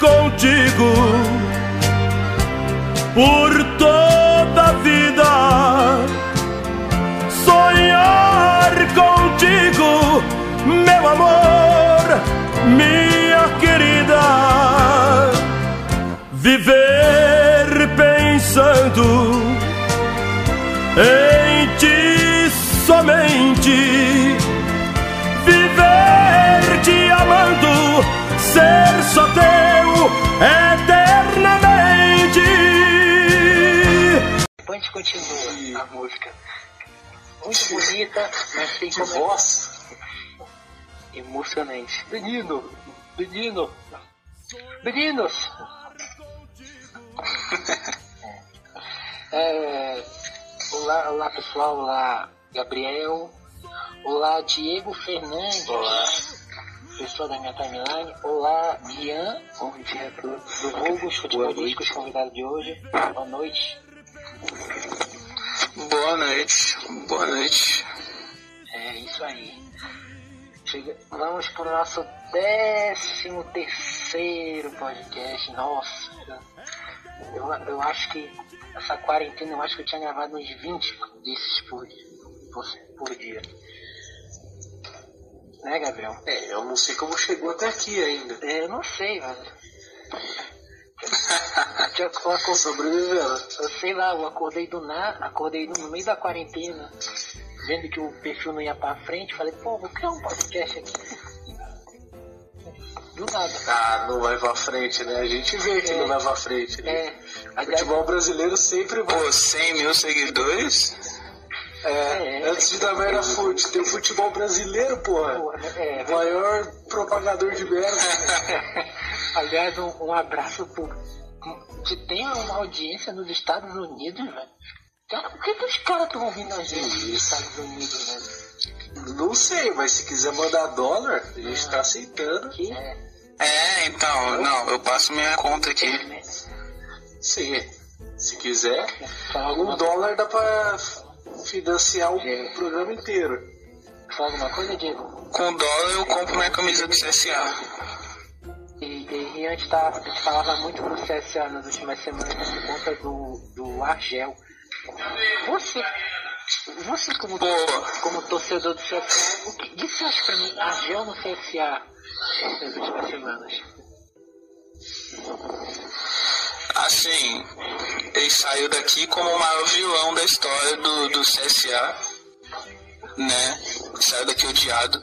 contigo por toda a vida. Sonhar contigo, meu amor, minha querida. Viver pensando em ti somente. Viver te amando, ser só teu eternamente. Depois continua a música. Muito bonita, mas sem voz. Emocionante. Menino! Menino! Meninos! É, olá, olá pessoal, olá Gabriel, olá Diego Fernandes, olá. pessoal da minha timeline, olá Ian, bom dia a todos, do Rogos Futebolísticos, convidado de hoje, boa noite. Boa noite, boa noite. É isso aí. Chega- vamos pro nosso décimo terceiro podcast. Nossa, eu, eu acho que essa quarentena eu acho que eu tinha gravado uns 20 desses por, por, por dia. Né, Gabriel? É, eu não sei como chegou até aqui ainda. É, Eu não sei, velho. Eu, eu acor- Sobrevivendo. eu sei lá, eu acordei do nada, acordei no meio da quarentena, vendo que o perfil não ia pra frente, falei, pô, vou criar um podcast aqui. Do nada. Ah, não vai pra frente, né? A gente vê que É. não vai pra frente. Né? É, a Gabi, Futebol brasileiro sempre vai. Pô, 100 mil seguidores? É, É. antes de dar merda fute, tem o futebol brasileiro, porra. pô, é, O maior propagador de merda. aliás, um, um abraço pro. Que tem uma audiência nos Estados Unidos, velho. Cara, por que, que os caras estão ouvindo a gente nos Estados Unidos, velho? não sei, mas se quiser mandar dólar, a gente tá aceitando. Que É, então, não, eu passo minha conta aqui. né? Sim. Se quiser, Fala um alguma, dólar dá pra financiar o É. programa inteiro. fala alguma coisa, Diego? Com dólar eu compro minha camisa do CSA. E, e, e antes tá, a gente falava muito do CSA nas últimas semanas por conta do, do Argel. Você, você como, Pô. como torcedor do CSA, o que, o que você acha pra mim? Argel no CSA nas últimas semanas. Assim, ele saiu daqui como o maior vilão da história do, do CSA, né? Saiu daqui odiado.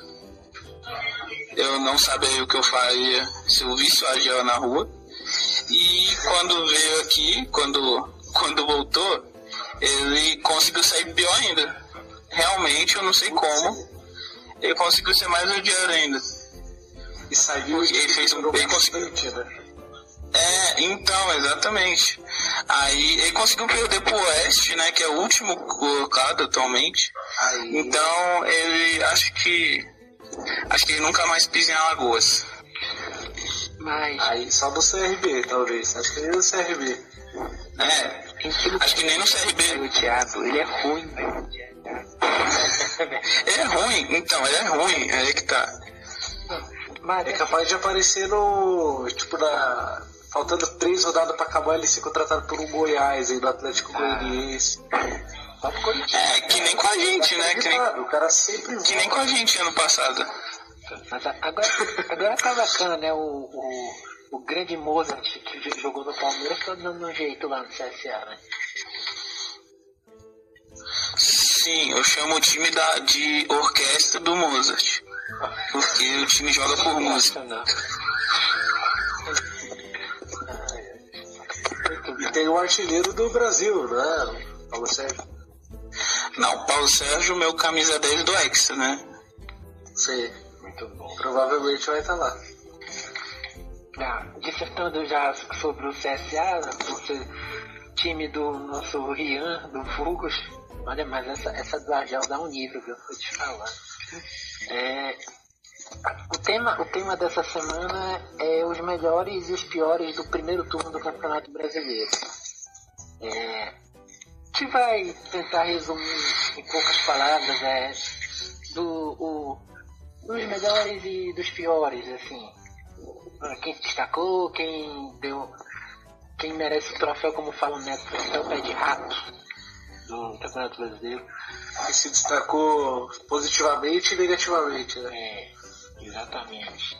Eu não sabia o que eu faria se eu visse o Agel na rua. E quando veio aqui, quando, quando voltou, ele conseguiu sair pior ainda. Realmente, eu não sei como. Ele conseguiu ser mais odiado ainda. E saiu E ele fez um- jogou ele conseguiu- bastante, né? É, então, exatamente. Aí ele conseguiu perder pro Oeste, né? Que é o último colocado atualmente. Aí, Então ele acho que. Acho que ele nunca mais pisa em Alagoas. Mas aí só no CRB, talvez. Acho que nem no CRB. É. em tudo Acho que nem no ele é CRB. odiado, ele é ruim, né? velho. Ele é ruim, então, ele é ruim, é aí que tá. Mas É capaz de aparecer no. Tipo, na. Faltando três rodadas pra acabar, ele ser contratado por um Goiás aí do Atlético Ah. Goianiense. só pro Corinthians. É, que nem com a gente, né? Que nem, Claro, o cara sempre que nem com a gente ano passado. Mas a- agora, agora tá bacana, né? O, o, o grande Mozart que jo- jogou no Palmeiras tá dando um jeito lá no CSA, né? Sim, eu chamo o time da, de orquestra do Mozart. Porque o time joga por música. E tem o artilheiro do Brasil, né? Paulo Sérgio. Não, Paulo Sérgio, meu camisa 10 do Hexa, né? Sim. Muito bom. Provavelmente vai estar lá. Já, dissertando já sobre o CSA, o time do nosso Rian, do Fugos. Olha, mas essa, essa do Argel dá um nível, viu? Tô te falando. É, o, tema, o tema dessa semana é os melhores e os piores do primeiro turno do Campeonato Brasileiro. É, a gente vai tentar resumir em poucas palavras é, do, o- dos melhores e dos piores, assim. quem se destacou, quem deu. Quem merece o troféu, como fala o Neto, é o pé de rato do Campeonato Brasileiro. Que se destacou positivamente e negativamente, né? É, exatamente.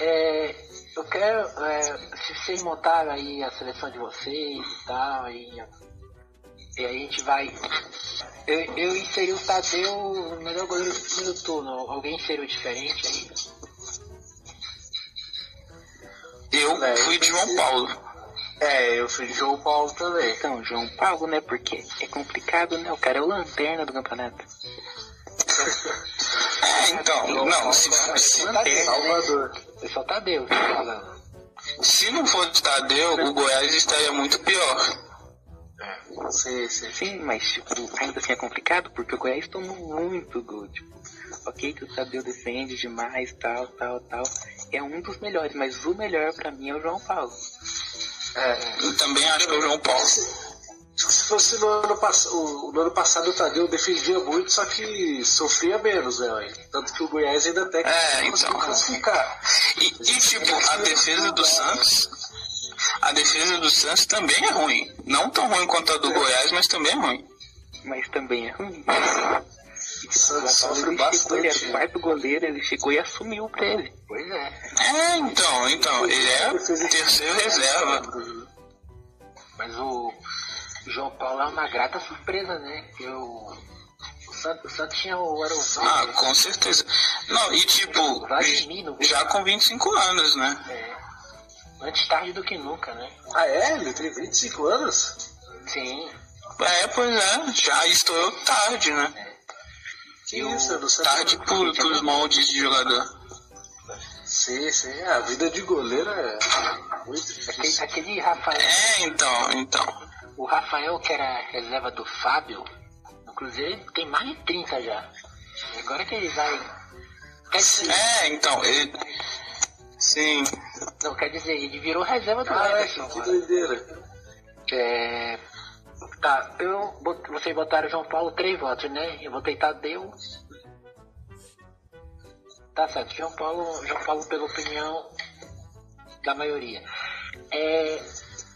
É, eu quero. é, se vocês montaram aí a seleção de vocês e tal, e, e aí a gente vai. Eu, eu inseri o Tadeu, o melhor goleiro do primeiro turno. Alguém inseriu diferente aí? Eu É, fui de João Paulo. É, eu fui de João Paulo também. Então, João Paulo, né? Porque é complicado, né? O cara é o lanterna do campeonato. É, então, não, se, se, um Salvador. É só Tadeu, que tá falando. se não fosse Tadeu, o Goiás estaria muito pior. Sim, sim. Sim, mas tipo, ainda assim é complicado porque o Goiás tomou muito gol. Tipo, ok que o Tadeu defende demais, tal, tal, tal. É um dos melhores, mas o melhor pra mim é o João Paulo. É. Eu também acho que é o João Paulo. Acho que se fosse no ano, pass- o- no ano passado o Tadeu defendia muito, só que sofria menos, né? velho? Tanto que o Goiás ainda até que É, conseguiu então. classificar. E, e, tipo, a defesa do Santos. A defesa do Santos também é ruim. Não tão ruim quanto a do Goiás, mas também é ruim. Mas também é ruim. O Santos sofre Ele chegou, ele bastante. né? era o quarto goleiro, ele chegou e assumiu pra ele. Pois é. É, então, então, ele é terceiro reserva. Mas o João Paulo é uma grata surpresa, né? Eu, o Santos o Santos tinha o né? Aronson. Ah, com certeza. Não, e tipo, já com 25 anos, né? É. Antes tarde do que nunca, né? Ah, é? Ele tem 25 anos? Sim. É, pois é, já estourou tarde, né? Que isso, eu não sei. Tarde pro, pros moldes de jogador. Sim, sim. A vida de goleiro é muito Aquele, difícil. aquele Rafael, É, então, então. o Rafael que era reserva do Fábio, no Cruzeiro ele tem mais de 30 já. E Agora que ele vai. Quer dizer, É, então, ele. Sim. não, quer dizer, ele é né? virou reserva do Everson. Caraca, Ah, é, que agora. doideira. É, tá, eu, bot- vocês botaram João Paulo três votos, né? Eu vou tentar deu. Tá certo, João Paulo, João Paulo pela opinião da maioria. É,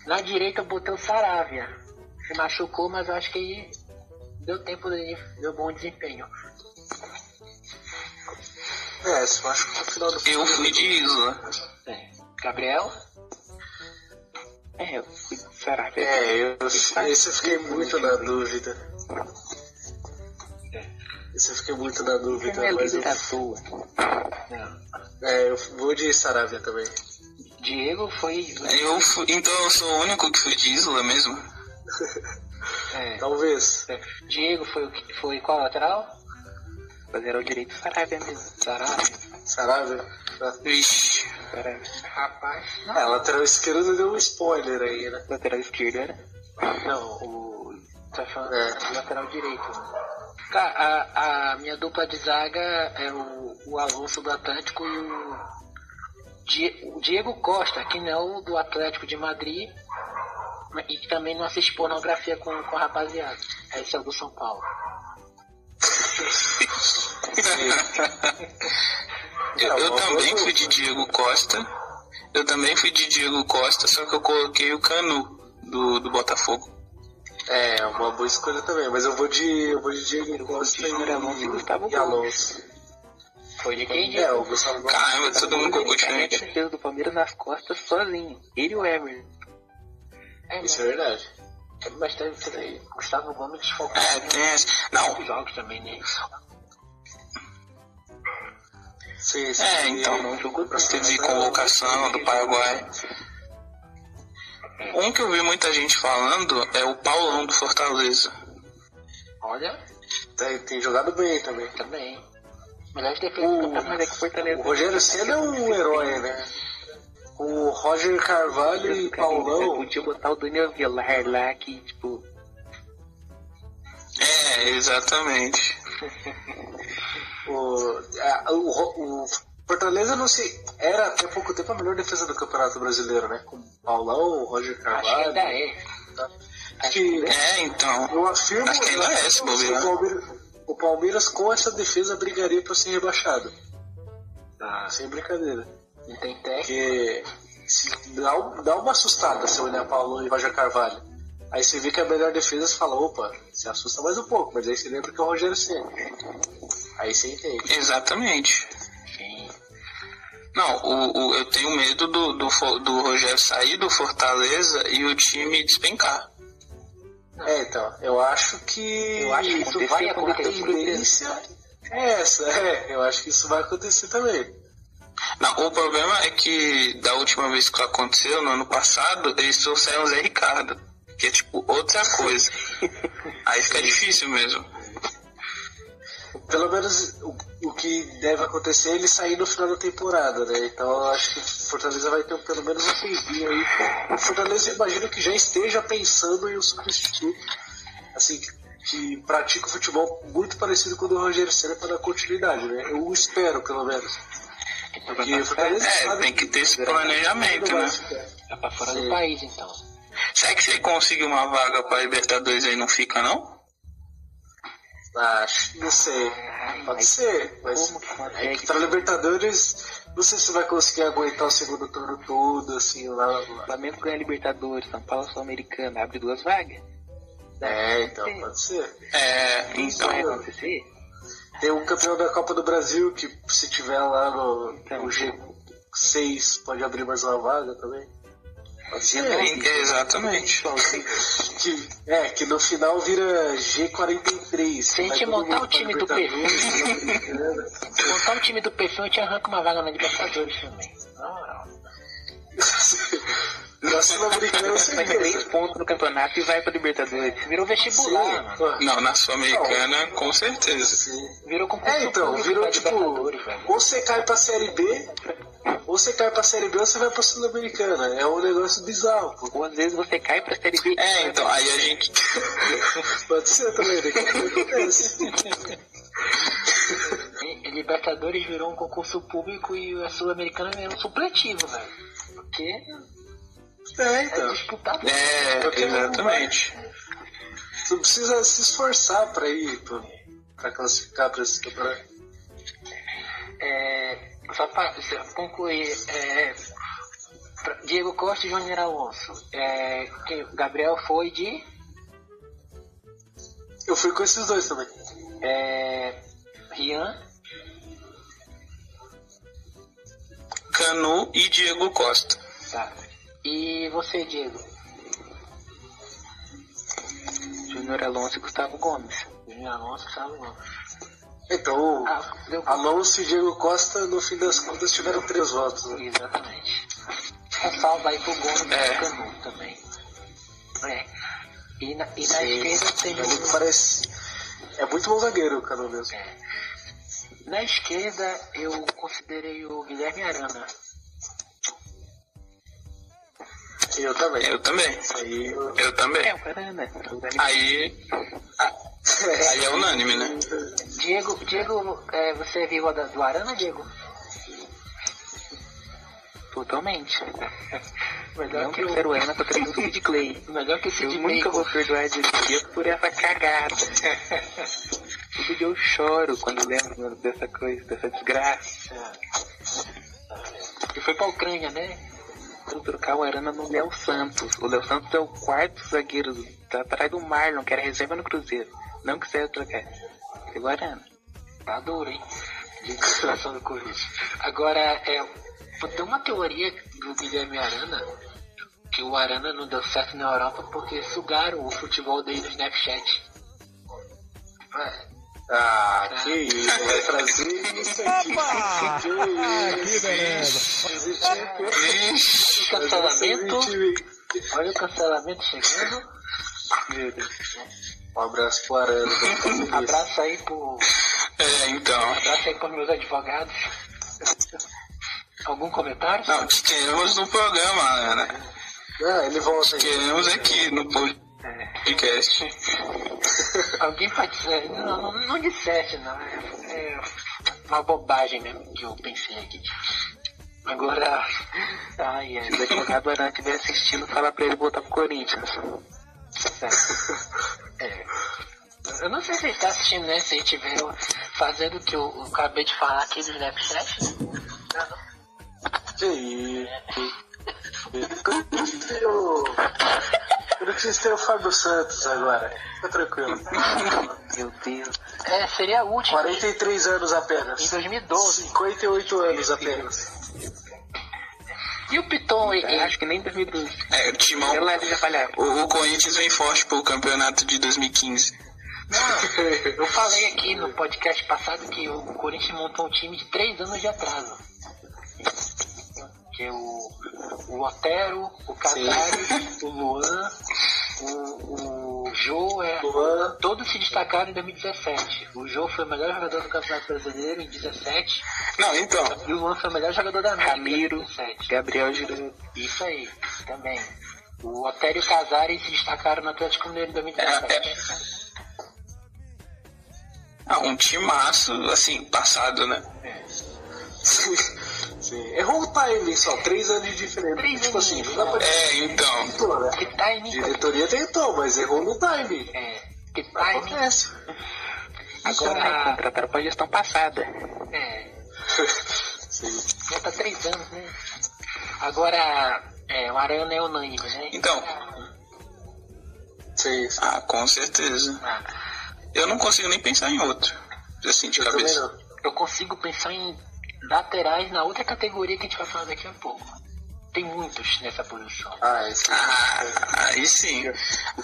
na direita eu botei o Saravia. Se machucou, mas eu acho que ele deu tempo dele, deu bom desempenho. É, se machucou no final do Eu fui de Isla. É. Gabriel? É, Saravia. É, eu, esse eu fiquei muito na dúvida. Esse eu fiquei muito na dúvida, mas tá eu, é, eu vou de Saravia também. Diego foi. Eu fui, então eu sou o único que fui de Isla mesmo? É. Então, Talvez. Diego foi o que foi qual lateral? Mas era o direito Saravia mesmo. Saravia, Saravia. Vixe. Saravia. Rapaz. É, a lateral esquerda deu um spoiler aí, né? Lateral esquerdo era? Não, o. Tá falando É. do lateral direito. né? Cara, a, a minha dupla de zaga é o, o Alonso do Atlético e o, Die- o Diego Costa, que não é o do Atlético de Madrid e que também não assiste pornografia com, com a rapaziada. Esse é o do São Paulo. Eu, eu também fui de Diego Costa. Eu também fui de Diego Costa, só que eu coloquei o Canu do, do Botafogo. É, uma boa escolha também, mas eu vou de. Eu vou de Diego Costa e, Júnior Alonso e Gustavo e Alonso. Foi de quem, É, Diego? o Gustavo Gomes. Caramba, todo mundo colocou diferente. defesa do Palmeiras nas costas sozinho. Ele e o Everton. É, Isso é verdade. mas teve que ter Gustavo Gomes desfocado É, tem essa. Não, em jogos também, né? Sim, sim. é, então. Teve convocação do Paraguai. Um que eu vi muita gente falando é o Paulão do Fortaleza. Olha, né? Tem, tem jogado bem também. também. Melhor defesa do campeonato é que Fortaleza. O Rogério Senna é um herói, né? O Roger Carvalho e Paulão. né? Podia botar o Daniel Villar lá que, tipo, É, exatamente. O, é a- o, Ro- o Fortaleza não se. Era até pouco tempo a melhor defesa do Campeonato Brasileiro, né? Com o Paulão, o Roger acho que Carvalho. ainda é. Acho que- É, então. eu afirmo né, Acho que ainda é, se bobear. o, Palmeiras, o Palmeiras com essa defesa brigaria pra ser rebaixado. Sem brincadeira. Não tem técnica. Porque se dá, um- dá uma assustada se olhar Paulo e Roger Carvalho. Aí você vê que a melhor defesa você fala, opa, se assusta mais um pouco, mas aí você lembra que é o Rogério Ceni. Aí você entende. Exatamente. Não, o, o- eu tenho medo do, do, Fo- do Rogério sair do Fortaleza e o time despencar. É, então, eu acho que Eu acho que isso acontecer vai quando a tem tendência é essa, é, eu acho que isso vai acontecer também. Não, o problema é que da última vez que aconteceu, no ano passado, eles trouxeram o Zé Ricardo. Que é tipo outra coisa. Aí fica difícil mesmo. Pelo menos o, o que deve acontecer é ele sair no final da temporada, né? Então eu acho que o Fortaleza vai ter pelo menos um tempinho aí. O Fortaleza eu imagino que já esteja pensando em um substituto, assim, que, que pratica o futebol muito parecido com o do Rogério Senna para dar continuidade, né? Eu espero, pelo menos. Porque o Fortaleza É, sabe tem que ter esse né? planejamento, Não vai né? ficar. É pra fora Sim. do país, então. Será que se conseguir uma vaga pra Libertadores aí não fica, não? Ah, Acho, não sei. Pode ser, mas Como que pode é ser? que pra Libertadores, não sei se vai conseguir aguentar o segundo turno todo, assim, lá. O lá. Flamengo ganha Libertadores, São Paulo Sul-Americana, abre duas vagas. É, então, pode ser. É, então. Vai acontecer? Tem um campeão da Copa do Brasil que se tiver lá no, Então. no G6 pode abrir mais uma vaga também. Pode ser. é, exatamente. assim, Que, é, que no final vira G43. Se a gente Vai todo montar mundo o time pra do Libertadores, Sul-Americana. Montar o time do perfil, a gente arranca uma vaga na Libertadores também. Na moral. Na Sul-Americana, Faz três certeza. pontos no campeonato e vai pra Libertadores. Virou Sim, vestibular, mano. pô. Não, na Sul-Americana, com certeza. Sim. Virou concurso É, então, público virou pra tipo, Libertadores, velho. ou você cai pra Série B, ou você cai pra Série B ou você vai pra Sul-Americana. É um negócio bizarro, pô. Ou às vezes você cai pra Série B. tipo, É, então, aí a gente. Pode ser também, né? Que acontece. assim, E- Libertadores virou um concurso público e a Sul-Americana é um supletivo, velho. Porque É, é então. disputado. É, exatamente. Tu não precisa se esforçar pra ir, pô, pra classificar pra esse campeonato. É, só para concluir, é, pra- Diego Costa e Júnior Alonso. É, que Gabriel foi de. Eu fui com esses dois também. É, Rian. Canu e Diego Costa. Tá. E você, Diego? Júnior Alonso e Gustavo Gomes. Júnior Alonso e Gustavo Gomes. Então, Ah, deu Alonso e Diego Costa, no fim das contas, tiveram três votos. né? Exatamente. Ressalva aí pro Gomes É. e pro Canu também. É. E na, e na Sim. esquerda é tem Mas ele o. parece. É muito bom zagueiro o Cano mesmo. Na esquerda eu considerei o Guilherme Arana. Eu também. Eu também. Aí eu- Eu também. É, o Arana. O Guilherme Aí, aí é unânime, né? Diego, Diego, é, você viu a da- do Arana, Diego? Totalmente. Melhor que o Peruana pra trazer o Sid um Clay. Melhor que o Sid Eu nunca vou perdoar de Diego por essa cagada. Todo dia eu choro quando lembro mano, dessa coisa, dessa desgraça. E foi pra Ucrânia, né? Vou trocar o Arana no Léo Santos. O Léo Santos é o quarto zagueiro, do- tá atrás do Marlon, que era reserva no Cruzeiro. Não quiser trocar. Pegou Arana. Tá duro, hein? De situação do Corinthians. Agora, é, tem uma teoria do Guilherme Arana que o Arana não deu certo na Europa porque sugaram o futebol dele no Snapchat. É, Ah, que isso, vai trazer isso aqui. Opa! Que isso. beleza. Olha o cancelamento. Olha o cancelamento chegando. Meu Deus. Um abraço pro Arana. Abraço aí pro. É, então. Abraço aí pros meus advogados. Algum comentário? Não, te queremos no programa, Ana. Ah, ele volta Te aí. queremos aqui no podcast. É, Alguém pode dizer. Não, não, não disseste, não. É, é uma bobagem mesmo que eu pensei aqui. Agora. Ai, ai, se o advogado Aran estiver assistindo, fala pra ele voltar pro Corinthians. É. É. Eu não sei se ele tá assistindo, né? Se ele estiver fazendo o que eu, eu acabei de falar aqui do Snapchat. né? Não, não. Que isso? Eu eu não preciso ter o Fábio Santos agora. Fica tranquilo. Meu Deus. É, seria a última. 43 anos Em apenas. 2012. 58 anos apenas. E o Piton, e- e- É, acho que nem 2012. É, Timão. Eu lembro de falhar. O, o Corinthians vem forte pro campeonato de 2015. Eu falei aqui no podcast passado que o Corinthians montou um time de três anos de atraso. Que é o, o Otero, o Casares, o Luan, o, o Jô, é, Luan. todos se destacaram em 2017. O Jô foi o melhor jogador do Campeonato Brasileiro em 2017 Não, então. e o Luan foi o melhor jogador da América em Ramiro, 2017. Gabriel Giru. Isso aí, também. O Otério e o Casares se destacaram no Atlético Mineiro em 2017. É, Ah, um timaço, assim, passado, né? Sim. Errou o timing só, 3 anos de diferença. Três tipo assim, não dá pra dizer É, então. que tentou, né? Que timing, cara. Diretoria tentou, mas errou no timing. É, que timing. Acontece. Agora Agora, contrataram pra gestão passada. é, Sim. já tá três anos, né? Agora, é, o Arana é unânime, né? Então. Sim. sim. Ah, com certeza. Ah, Eu não consigo nem pensar em outro. Assim, de Eu também cabeça. não. Eu consigo pensar em laterais na outra categoria que a gente vai falar daqui a pouco. Tem muitos nessa posição. Ah, esse... Ah, aí sim.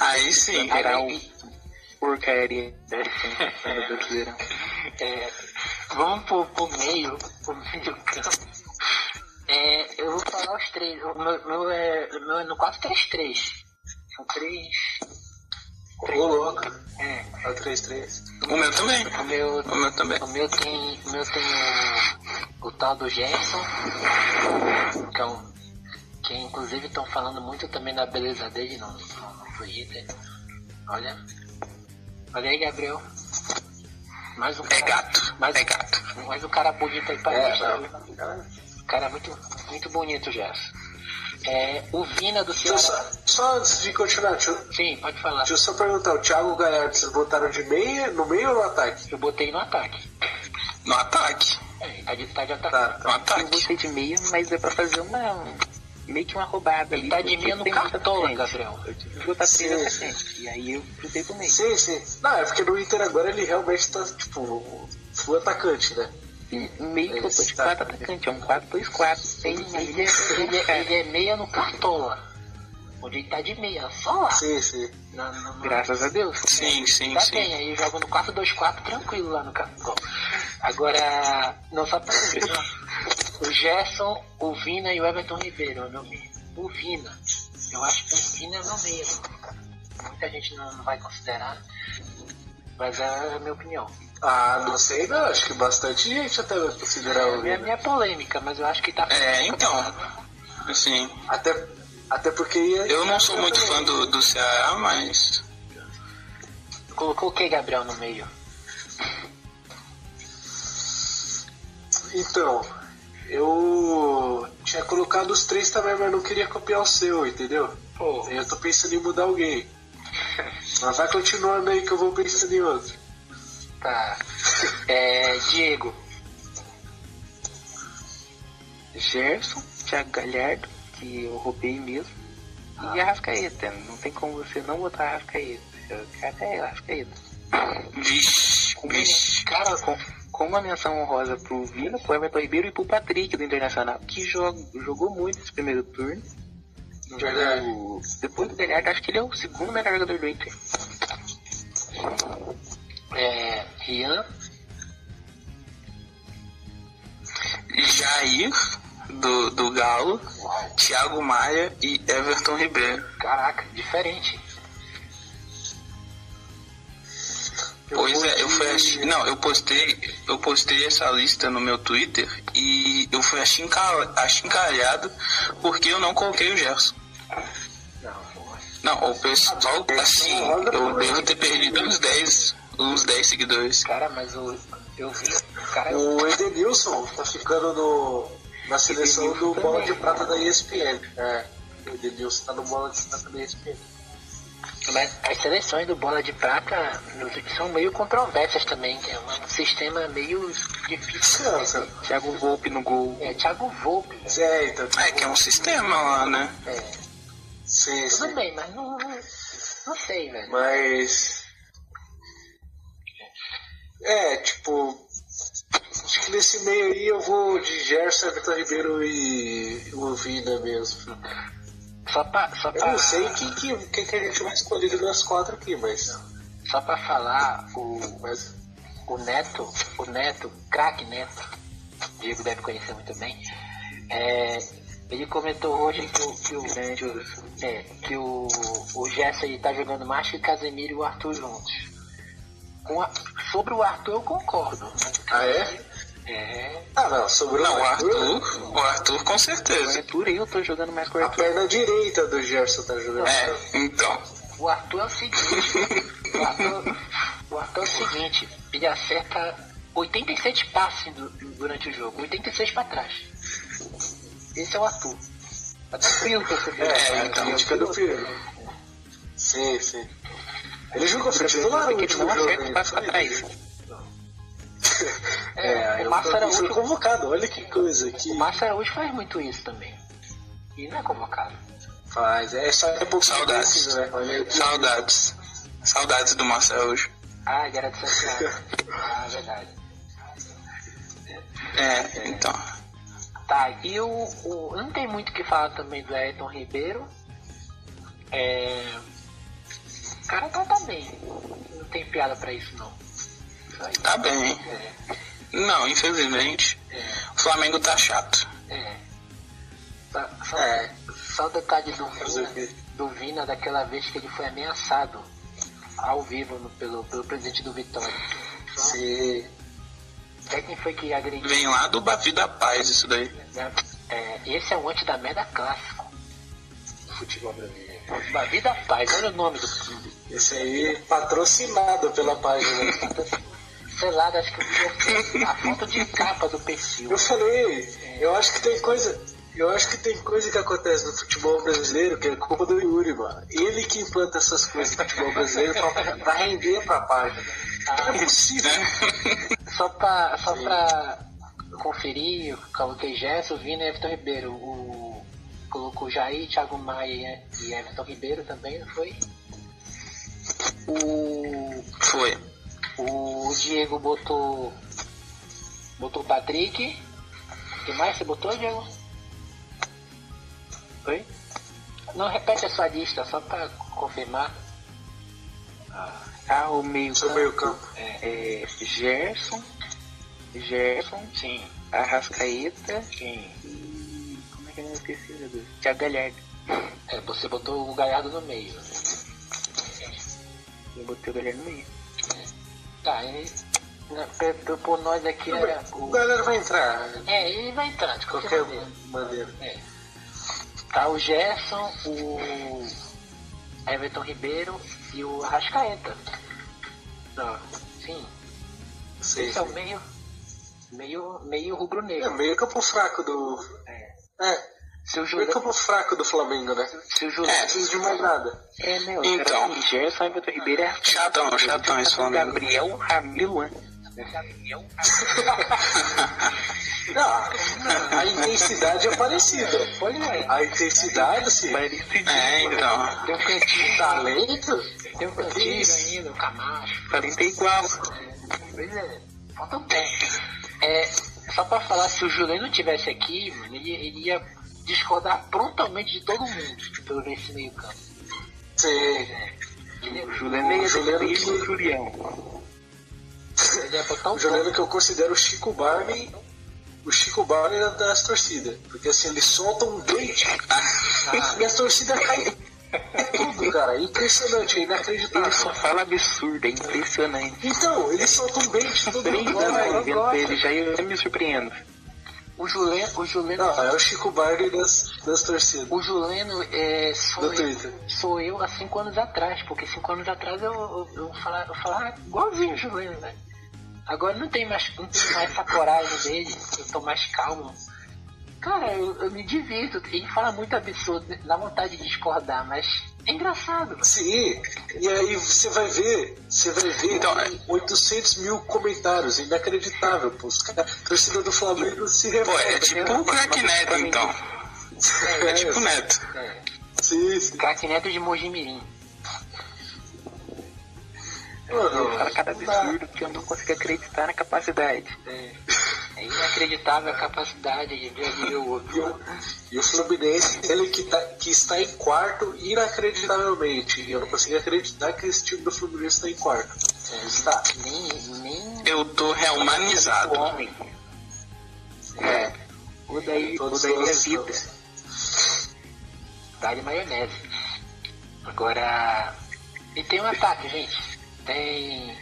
Aí sim. Lateral. Aí, Porcaria. do Brasileirão. É, vamos pro, pro meio, pro meio campo. É, eu vou falar os três. O meu, meu é, o meu é no 4-3-3. São três. Ô, louco. É. É o 3-3. O meu também. O meu, O meu também. o meu tem, o, meu tem o, o tal do Gerson, que, é um, que inclusive estão falando muito também da beleza dele no, no, no Twitter. Olha. Olha aí, Gabriel. Mais um É cara, gato. mais, É gato. mais um cara bonito aí pra É, gente. né? não. Cara, Cara, é muito, muito bonito, Gerson. É, o Vina do Ceará. Deixa eu só, só antes de continuar, deixa eu, Sim, pode falar. deixa eu só perguntar, o Thiago Galhardo, vocês botaram de meia, no meio ou no ataque? Eu botei no ataque. No ataque. É, a de tá de ataque. Tá, No tá. Eu ataque. gostei de meia, mas dá pra fazer uma. Meio que uma roubada ali. Tá de meia no Tem muita cartola, frente. Gabriel. Eu tive que botar três Sim. atacantes. E aí eu chutei pro meio. Sim, sim. Não, é porque no Inter agora ele realmente tá, tipo, full atacante, né? Meio que eu tô de Esse tá- quatro atacantes. É um 4-2-4. Tem Ele, ele linha. é, ele é- ele é meia no cartola. Onde ele tá de meia, só lá. Sim, sim. Na- na- na- Graças a Deus. Sim, sim, Tá sim. bem, aí joga no 4-2-4 tranquilo lá no cartola. Agora, não só pra dizer, o Gerson, o Vina e o Everton Ribeiro, é meu meio. O Vina, eu acho que o Vina é meu meio. Muita gente não, não vai considerar, mas é a minha opinião. Ah, não sei não, acho que bastante gente até vai considerar o É a Vina. minha polêmica, mas eu acho que tá. É, então. Assim, Até, até porque ia... eu não sou muito fã do, do Ceará, mas. Colocou o que, Gabriel, no meio? Então, eu tinha colocado os três também, mas não queria copiar o seu, entendeu? Pô. Eu tô pensando em mudar alguém. Mas vai continuando aí que eu vou pensando em outro. Tá. É, Diego, Gerson, Thiago Galhardo, que eu roubei mesmo. E Arrascaeta. Não tem como você não botar Arrascaeta. O cara é Arrascaeta. Vixe, vixe. cara, Com, com uma menção honrosa pro Vila, pro Everton Ribeiro e pro Patrick do Internacional, que joga, jogou muito esse primeiro turno. Verdade. O- depois do Galhardo, acho que ele é o segundo melhor jogador do Inter. é, Rian, Jair, do, do Galo, Thiago Maia e Everton Ribeiro. caraca, diferente. Pois vou é, eu de- fui ach- Não, eu postei, eu postei essa lista no meu Twitter e eu fui achincal- achincalhado porque eu não coloquei o Gerson. Não, o pessoal, assim, eu devo ter perdido uns 10, uns 10 seguidores. Cara, mas o, eu vi, cara, eu, O Edenilson tá ficando no, na seleção do Edenilson Bola de também. Prata da ESPN. É, o Edenilson tá no Bola de Prata da ESPN. Mas né, as seleções do Bola de Prata nos- são meio controversas também, que é um sistema meio difícil. né? Sim, Thiago Volpe um no gol. É, Thiago Volpe, né? É, então. É que é um sistema lá, né? É, Sim, tudo sim. bem, mas não, não, não sei, velho. Mas. É, tipo. Acho que nesse meio aí eu vou de Gerson, Vitor Ribeiro e Lovina mesmo. Só pra, só Eu pra, Ah. não sei quem que, quem que a gente vai escolher das quatro aqui, mas. Só pra falar, o, mas o Neto, o Neto, craque Neto, o Diego deve conhecer muito bem, é, ele comentou hoje que o, que o, é, que o, o Gerson aí tá jogando mais que o Casemiro e o Arthur juntos. Com a- sobre o Arthur eu concordo. né? Ah, é? É, Ah, não, sobrou Não, o mais dois. Arthur, o Arthur com O certeza. Arthur eu tô jogando mais com o A Arthur. perna direita do Gerson tá jogando. É, então. O Arthur é o seguinte. o, Arthur, o Arthur é o seguinte. Ele acerta 86 passes du- durante o jogo. 86 pra trás. Esse é o Arthur. Tá tranquilo pra você ver. É, É, então. a crítica do Pirlo. Sim, sim. Ele jogou foi titular no Porque ele último não jogo. né? acerta o ainda, passo pra foi trás. ele. É, É, o o Massa era Massa foi útil. convocado, olha que coisa que O Márcio Araújo faz muito isso também. E não é convocado. faz. É só é um pouco Saudades. difícil, né? Olha, Saudades. Saudades do Marcelo hoje. Ah, ele era de Santiago. ah, verdade. É, então. Tá, e o, o- Não tem muito o que falar também do Ayrton Ribeiro. É. O cara tá, tá bem. Não tem piada pra isso, não. Isso aí. Tá bem. Não, infelizmente. O Flamengo tá chato. É. Só, só, É. só o detalhe do Fazer o Vina, quê? do Vina daquela vez que ele foi ameaçado ao vivo no- pelo, pelo presidente do Vitória. Só- se... Até quem foi que agrediu? Vem lá do Bavi da Paz isso daí. né? É, esse é o anti da merda clássico. Futebol brasileiro. Da vida paz, olha o nome do clube. Esse aí patrocinado pela página. Sei lá, acho que eu vi a foto de capa do perfil. Eu falei, eu acho que tem coisa. Eu acho que tem coisa que acontece no futebol brasileiro que é culpa do Yuri, mano. Ele que implanta essas coisas no futebol brasileiro pra, pra render pra página. Não é possível. né? Só pra, só pra conferir, eu coloquei Gerson, Vina e Everton Ribeiro. O, colocou Jair, Thiago Maia e Everton Ribeiro também, não foi? O, Foi. o Diego botou. Botou o Patrick. O que mais você botou, Diego? Oi? Não repete a sua lista, só pra confirmar. tá, Ah, o meio Seu meio campo. é, é Gerson. Gerson. Sim, Arrascaeta. sim. E como é que eu não esqueci, meu Deus? Thiago Galhardo. É, você botou o Galhardo no meio. Eu botei o Galhardo no meio. Tá, e né, pra- pra- por nós aqui era O o. galera vai entrar de É, ele vai entrar de qualquer qualquer maneira. maneira. É. Tá o Gerson, o Everton Ribeiro e o Rascaeta. Não, sim. Sim, Então. Esse é o sim. meio. Meio, meio É rubro-negro. meio campo fraco do. É. Se o Meio Juliano. campo fraco do Flamengo, né? Se o Não Juliano. precisa de mais nada. É, meu. Então. cara, Gerson, Everton Ribeiro é Chatão, chatão esse Flamengo. Gabriel Ramiluan. Não, a intensidade é parecida. Pois é. A intensidade, assim, É, então. Tem um cantinho, talento. tem um cantinho ainda, o Camacho. Talento é igual. Pois é, falta um tempo. É, só pra falar, se o Juliano tivesse aqui, mano, ele, ele ia discordar prontamente de todo mundo pelo ver esse meio campo. Sim. Ele, ia- Juliano é O Juliano Juliano que- e Julião. ele ia botar um O Juliano que eu considero o Chico Barney. O Chico Barney da- das torcidas. Porque assim, ele solta um dente e a torcida cai tudo, cara. É Impressionante, é Ele inacreditável. só fala absurdo, é impressionante. Então, ele solta um dente todo Três mundo anos vai. vendo ele, já eu me surpreendo. O Juliano, o Juliano, Não, é o Chico Barney das, das torcidas. o Juliano é, sou, Do eu, Twitter. sou eu há cinco anos atrás, porque cinco anos atrás eu, eu, eu falava, eu falava igualzinho o Juliano, velho. Agora não tem mais, não tem mais essa coragem dele, eu tô mais calmo. né? Cara, eu, eu me divirto. Ele fala muito absurdo, dá vontade de discordar, mas É engraçado. Sim, e aí você vai ver, você vai ver Então, é- tem 800 mil comentários, inacreditável, pô. Os cara, a torcida do Flamengo se né? revolta. Pô, é tipo o crack neto, então. É tipo o neto. É. Sim, sim. Craque Neto de Mojimirim. É. Eu falo Mano, cada absurdo porque eu não consigo acreditar na capacidade. É inacreditável a capacidade de ver ali o e outro. o- e o Fluminense, ele que, tá- que está em quarto inacreditavelmente. Eu não consigo acreditar que esse time do Fluminense está em quarto. É, tá. Está. Nem, nem Eu tô né? o reumanizado. homem. É, O daí, o todos daí é nós vida. estamos. Dá-lhe maionese. Agora. E tem um ataque, gente. Tem.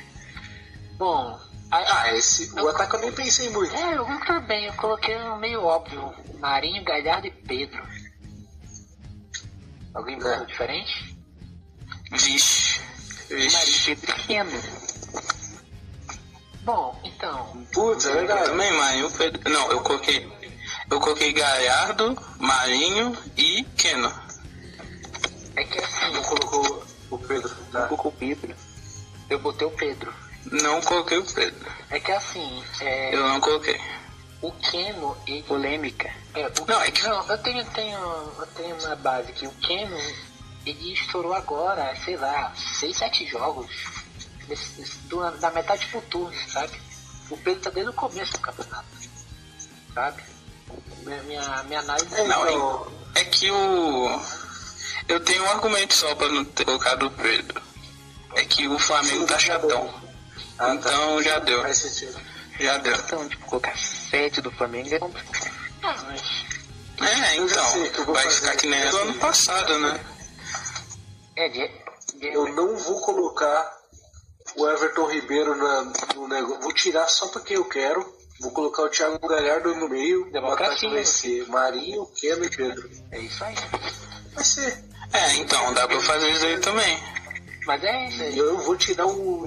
Bom. a- Ah, esse, o ataque eu nem pensei muito. É, eu também. Eu coloquei um meio óbvio: Marinho, Galhardo e Pedro. Alguém pensou É. diferente? Vixe. Marinho Vixe. é pequeno. Bom, então. Putz, é Eu verdade. também, Marinho. Pedro- Não, eu coloquei. Eu coloquei Galhardo, Marinho e Keno. É que assim, Não colocou o Pedro. Tá? Pouco Pedro. eu botei o Pedro. Não coloquei o Pedro. É que assim, é, Eu não coloquei. o Keno, ele Polêmica. É, o- Não, é que- não, eu tenho, tenho, eu tenho uma base que o Keno, ele estourou agora, sei lá, 6, 7 jogos desse- desse- do- da metade pro turno, sabe? O Pedro tá desde o começo do campeonato, sabe? Minha, minha, minha análise é Não, então, é, é que o. Eu tenho um argumento só pra não ter colocado o Pedro. É que o Flamengo tá chatão. Ah, tá. Então já deu. Faz sentido. Já deu. É, Então, tipo, colocar sete do Flamengo é complicado. ah, mas É, Eu já sei o que assim, eu então. vou Vai fazer. ficar que nem Eu do sei. ano passado, né? é de, de- Eu não vou colocar o Everton Ribeiro na- no negócio. Vou tirar só porque eu quero. Vou colocar o Thiago Galhardo no meio. O Democracia. ataque vai ser Marinho, Keno e Pedro. é isso aí. Vai ser. É, então, dá pra fazer isso aí também. Mas é isso aí. Eu vou tirar o.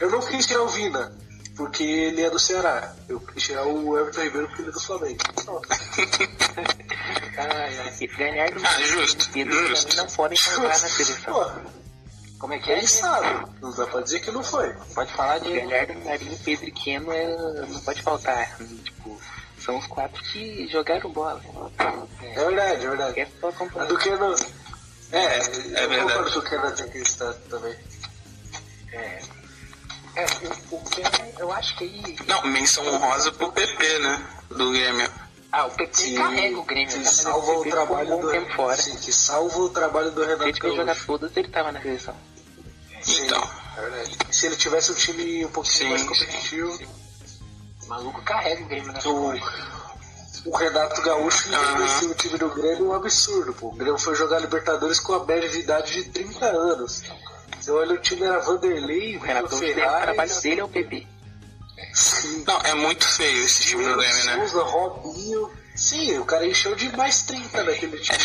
Eu não quis tirar o Vina, porque ele é do Ceará. Eu quis tirar o Everton Ribeiro porque ele é do Flamengo. Pronto. Ai, ai. E ganhar do Ah, justo, Pedro também justo. não podem entrar na seleção. Pô, Como é que é? ele sabe. Não dá pra dizer que não foi. Pode falar de. Ganhar do Marinho, Pedro e Keno é- não pode faltar. Tipo, são os quatro que jogaram bola. É verdade, é verdade. É só A comparar. do Keno. É, é eu concordo verdade. que o Keno tem que estar também. É, o, o Keno, eu acho que aí. Não, menção honrosa pro PP, né? Do Grêmio. Ah, o PP que, carrega o Grêmio. que tá? salva o PP trabalho ficou um do tempo fora. Sim, que salva o trabalho do Se ele Renato tivesse Gaúcho. jogado todas, ele tava na seleção. Sim, Então. é verdade. Se ele tivesse um time um pouquinho Sim, mais sim. competitivo, O maluco carrega o Grêmio né? Tipo, nas o, costas. o Renato Gaúcho Aham. envelheceu o time do Grêmio é um absurdo. Pô. O Grêmio foi jogar Libertadores com a média de idade de 30 anos. Você olha o time era Vanderlei, O Renato Gaúcho, o Ferrari, trabalho dele é o PP. sim, Não, é muito feio esse time do Grêmio, né? Souza, Robinho. Sim, o cara encheu de mais 30 naquele time.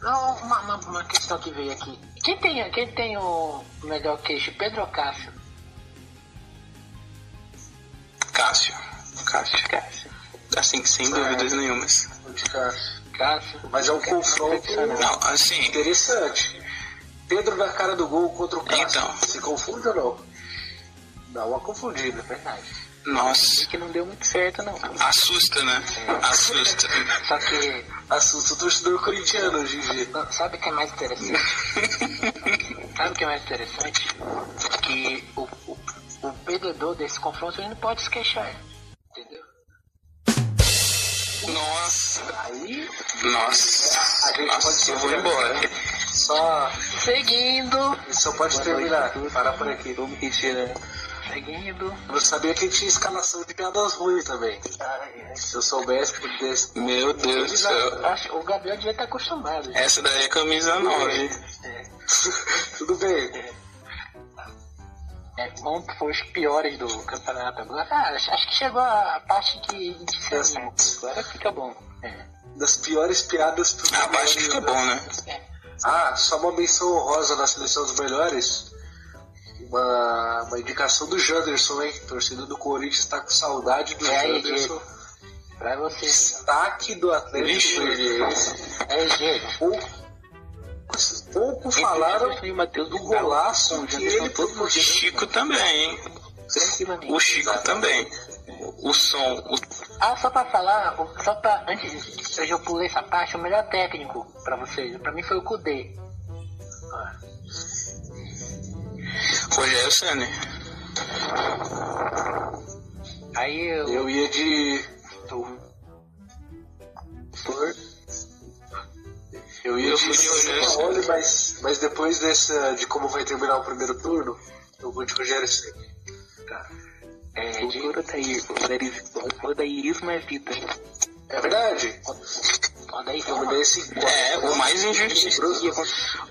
Não, uma, uma, uma questão que veio aqui. Quem tem, quem tem o melhor queixo? Pedro ou Cássio? Cássio. Cássio. Cássio. Assim, sem dúvidas nenhumas. Cássio. Mas é um confronto Não, assim, Interessante. Pedro na cara do gol contra o Cássio. Então. Se confunde ou não? Dá uma confundida, verdade. nossa. Que não deu muito certo, não. Assusta, né? Assusta. Só que, Assusta o torcedor corintiano, Gigi. não, sabe o que é mais interessante? sabe o que é mais interessante? Que o, o, o perdedor desse confronto ele não pode se queixar. Entendeu? Nossa. Aí, Nossa. Nossa, eu vou embora. só, Seguindo. só pode terminar. Parar por aqui. Vou me é? retirar. Seguindo. Eu não sabia que tinha escalação de piadas ruins também. Se eu soubesse, pudesse. Meu Deus do céu. Acho, o Gabriel devia estar acostumado. né? É, gente. Essa daí é camisa 9. Tudo bem. É, bom que foi os piores do campeonato agora. Ah, acho acho que chegou a parte que assim, a gente se Das, anima. Agora fica bom. É. das piores piadas pro Ah, A parte que fica bom, né? É. Ah, só uma menção honrosa na seleção dos melhores. Uma, uma indicação do Janderson, hein? Torcida do Corinthians tá com saudade do É aí, Janderson. Pra vocês. Destaque do Atlético Vixe. Goianiense. É, gente. Ou Pouco falaram Jefferson e o Matheus do não dá golaço um que Jefferson ele todo O produziu. Chico também, hein? tranquilamente. O Chico também. O som. o- Ah, só pra falar, o- só pra. Antes disso, eu já pulei essa parte, o melhor técnico pra vocês, pra mim foi o Kudê. Rogério Senna. Aí eu. Eu ia de. Por- Eu ia Eu de fui de Rogério Sampaoli, mas, mas depois dessa, de como vai terminar o primeiro turno, eu vou de Rogério Ceni. É, de Odair, Odair- Odairismo é vida. É verdade? Fluminense em quarto. É, o mais injustiçado.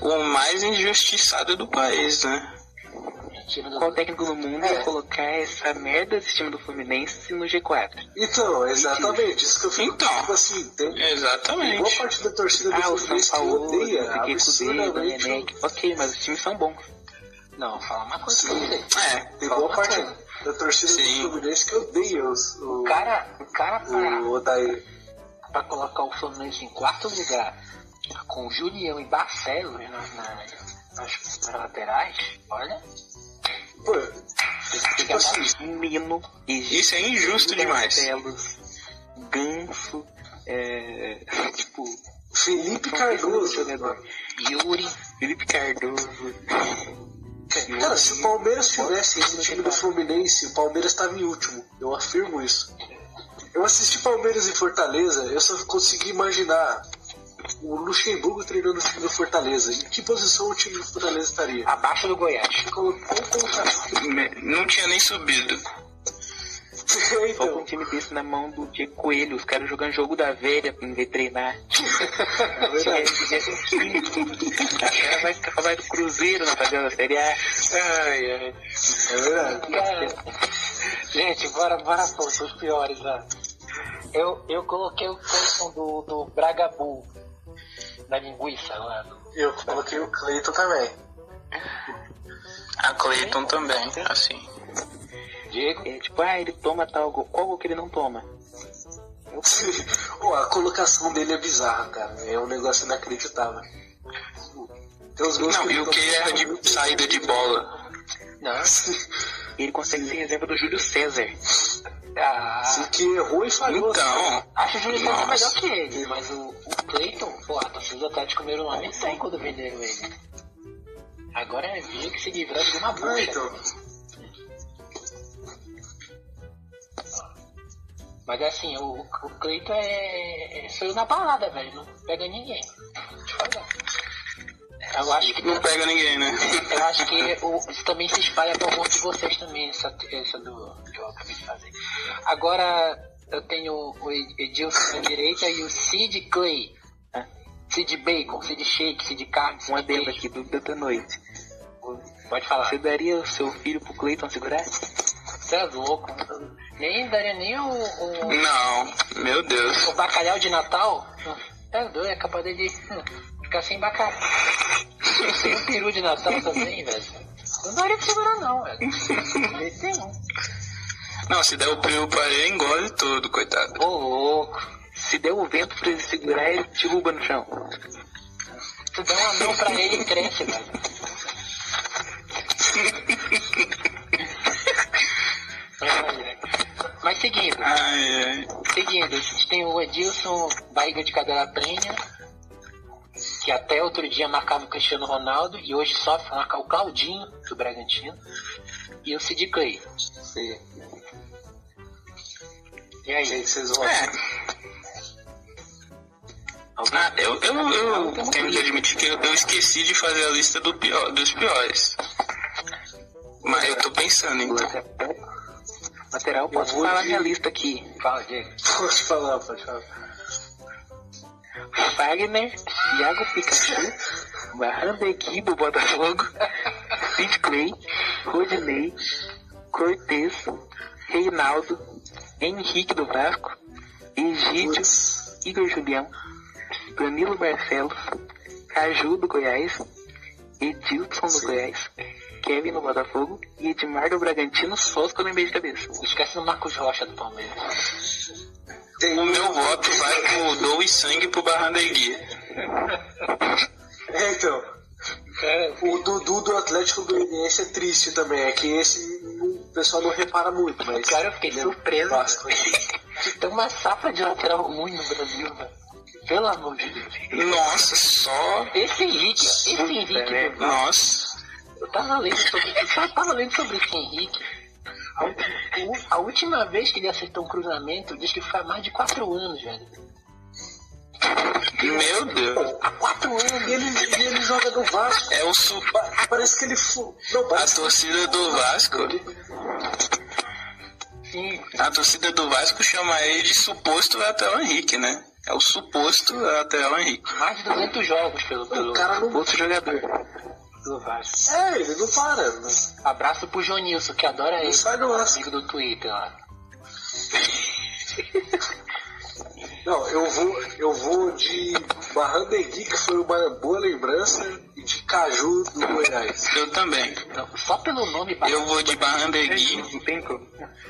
O mais injustiçado do país, né? Qual técnico do mundo É. ia colocar essa merda desse time do Fluminense no G4? Então, exatamente. Isso que eu fico Então. É, tipo assim, tem boa Exatamente. parte da torcida do Ah, o São Fluminense que Paulo, odeia o Kudê, o né, absurdamente. Nenec. Ok, mas os times são bons. Não, fala uma coisa pra Sim. você. É. Tem boa parte da torcida Sim. do Fluminense que odeia os- o, O cara, o cara pra, o Odair. pra colocar o Fluminense em quarto lugar com o Julião e Barcelos na, na- nas, nas laterais, olha, Pô, fica assim. Mino, Egito, Isso é injusto demais. Barcelos, Ganso, é, tipo, Felipe são esses os Cardoso. jogadores. Yuri. Felipe Cardoso. Cara, se o Palmeiras tivesse esse time do Fluminense, o Palmeiras estava em último. Eu afirmo isso. Eu assisti Palmeiras e Fortaleza, eu só consegui imaginar o Luxemburgo treinando o time do Fortaleza. Em que posição o time do Fortaleza estaria? Abaixo do Goiás. Colocou contra. Não tinha nem subido. Só com um então, time desse na mão do Diego Coelho, os caras jogando jogo da velha pra ninguém treinar. é verdade. O cara vai, vai pro Cruzeiro na tabela da Série A. Ai, ai. É verdade. Cara, gente, bora, bora pô, os piores lá. Eu, eu coloquei o Clayton do, do Bragabu na linguiça lá. do- Eu coloquei o Cleiton também. A Clayton também, assim. Diego. É tipo, ah, ele toma tal gol. Qual gol que ele não toma? Pô, a colocação dele é bizarra, cara. É um negócio inacreditável. Tem uns gols Não, e o ele tá que erra toma- de saída de bola? Não. Ele consegue ser reserva do Júlio César. Ah, Sim, que errou e falhou. Então, acho o Júlio César Nossa. melhor que ele, mas o, o Clayton, pô, a torcida do Atlético Mineiro lá nem tem quando venderam ele. Agora é Diego se livrando de uma Ah, bucha. então. Mas assim, o, o Cleiton é. é- saiu na balada, velho. Não pega ninguém. Deixa eu falar. Eu acho que, não pega ninguém, né? eu acho que o- isso também se espalha para alguns de vocês também, essa, essa do que eu acabei de fazer. Agora eu tenho o Ed- Edilson na direita e o Sid Clay. Sid Bacon, Sid Shake, Sid Carne, Um Sid adendo Bacon. aqui, dúvida da noite. Pode falar. Você daria o seu filho pro Cleiton segurar? Você é louco. Nem daria nem o, o, Não, meu Deus. o bacalhau de Natal. É doido, é capaz dele ficar sem bacalhau. Tem um peru de Natal também, velho. Não daria pra segurar não, velho. De jeito nenhum. Não, se der o peru pra ele, engole todo, coitado. Ô louco. Se der o vento pra ele segurar, ele te derruba no chão. Tu dá um anão pra ele e cresce, velho. Ai, ai. Mas seguindo, Ai, ai. seguindo, a gente tem o Edilson, barriga de cadela prenha, que até outro dia marcava o Cristiano Ronaldo e hoje sofre pra marcar o Claudinho do Bragantino e o Sid Clay. Sim. E aí? Quem que vocês vão É. Ah, eu, eu, eu tenho que admitir que eu, eu esqueci de fazer a lista do pior, dos piores. Mas eu tô pensando, então. Lateral, posso vou falar de- minha lista aqui. Fala, Diego. Pode falar, pode falar. Wagner, Thiago Pikachu, Barranda Equipe, Botafogo, Sid Clay, Rodinei, Cortez, Reinaldo, Henrique do Vasco, Egídio, Putz. Igor Julião, Danilo Barcelos, Caju do Goiás, Edilson do Goiás, Kevin do Botafogo e Edmar do Bragantino, só os que eu lembrei de cabeça. Esquece do Marcos Rocha do Palmeiras. Tem O um meu voto vai pro Dou e Sangue pro Barrandegui. É, então. O Dudu do Atlético Goianiense é triste também. É que esse o pessoal não repara muito, mas. Cara, eu fiquei Ele é surpreso. bastante. Que tem uma safra de lateral ruim no Brasil, velho. Pelo amor de Deus. Nossa, só. Esse Henrique, esse Henrique, merda. meu, Nossa. eu tava lendo sobre. Eu só tava lendo sobre esse Henrique. A, u- a última vez que ele acertou um cruzamento, diz que foi há mais de 4 anos, velho. Meu Deus. Há 4 anos! E ele, e ele joga no Vasco. É o super. Pa- Parece que ele. fu- Não, A parece torcida do Vasco. Sim, A torcida do Vasco chama ele de suposto lateral Henrique, né? É o suposto lateral Henrique. mais de 200 jogos pelo, O pelo cara não. Outro jogador. do Vasco. É, ele não para. mas- Abraço pro Jonilson, que adora ele. sai do Vasco. Amigo do Twitter lá. Não, eu vou, eu vou de Barrandegui, que foi uma boa lembrança, e de Caju do Goiás. Eu também. Então, só pelo nome, Eu vou de Barrandegui. Não tem como.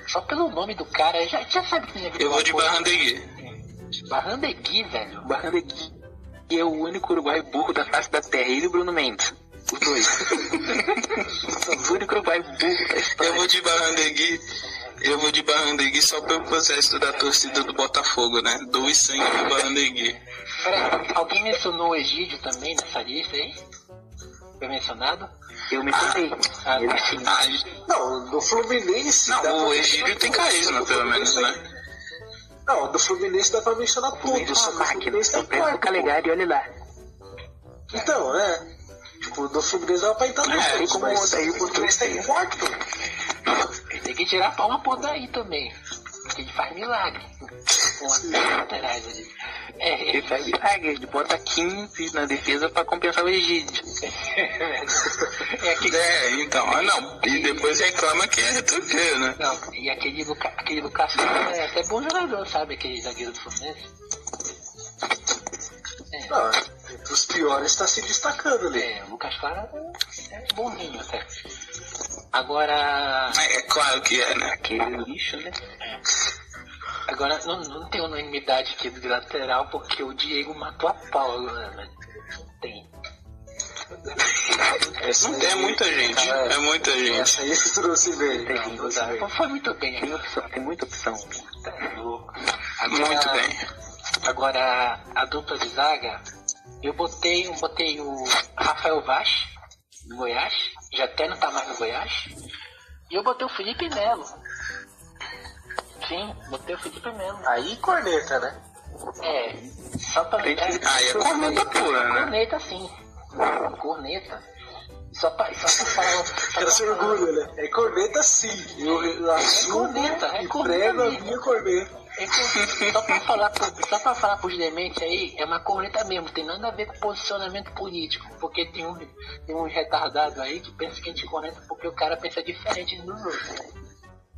só pelo nome do cara, já, já sabe que ele é Eu vou de Barra- Barrandegui. Barrandegui, velho. Barrandegui que é o único uruguai burro da face da terra. Ele e o Bruno Mendes. Os dois. o único uruguai burro da Eu história. vou de Barrandegui. Eu vou de Barrandegui só pelo processo da torcida do Botafogo, né? Doe sangue do Barrandegui. Peraí, alguém mencionou o Egídio também nessa lista aí? Foi mencionado? Eu me contei. Ah, Ele é tá. sim. Ah, Não, do Fluminense. dá pra não, o mencionar Egílio tem todos. carisma, Do pelo menos, Fluminense né? aí- Não, do Fluminense dá pra mencionar Ele todos. é Só uma que o máquina. Fluminense Eu tem peço o é quarto. Calegari, olha lá. Então, né? Tipo, do Fluminense dá pra entrar É, todos, como mas o Odair o Fluminense botou. tá em quarto. Tem que tirar a palma por daí também. Porque ele faz milagre. Com as laterais ali. É, Ele faz milagre. Ele bota 15 na defesa pra compensar o Egídio. é aquele. É, então. Ah, não. E depois reclama que é retranqueiro, né? Não, e aquele, Luca, aquele Lucas Silva é até bom jogador, sabe? Aquele zagueiro do Fluminense. Não, entre os piores tá se destacando ali. É, o Lucas Clara é bonzinho até. Agora. É, é claro que é, né? Aquele lixo, né? Agora, não, não tem unanimidade aqui de lateral, porque o Diego matou a pau agora, né? Não tem. Essa Não aí- tem, é muita gente. É muita gente. Essa aí você trouxe bem. Tem, Não, trouxe Não bem. foi muito bem aqui. Tem opção, tem muita opção. Tá louco. Muito Ah. Agora- bem. Agora, a dupla de zaga, eu botei, eu botei o Rafael Vaz, do Goiás, já até não tá mais no Goiás. E eu botei o Felipe Melo. Sim, botei o Felipe Melo. Aí corneta, né? É, só pra lembrar. Aí é corneta pura, né? Corneta sim. Corneta. Só pra, só pra falar. só pra Ela se falar- orgulha, né? É corneta sim. Eu, eu assumo corneta, é e corneta prego a mesmo. minha corneta. É cor- Só pra falar, pro- só pra falar pros dementes aí, é uma corneta mesmo, tem nada a ver com posicionamento político, porque tem um, tem um retardado aí que pensa que a gente corneta porque o cara pensa diferente dos outros.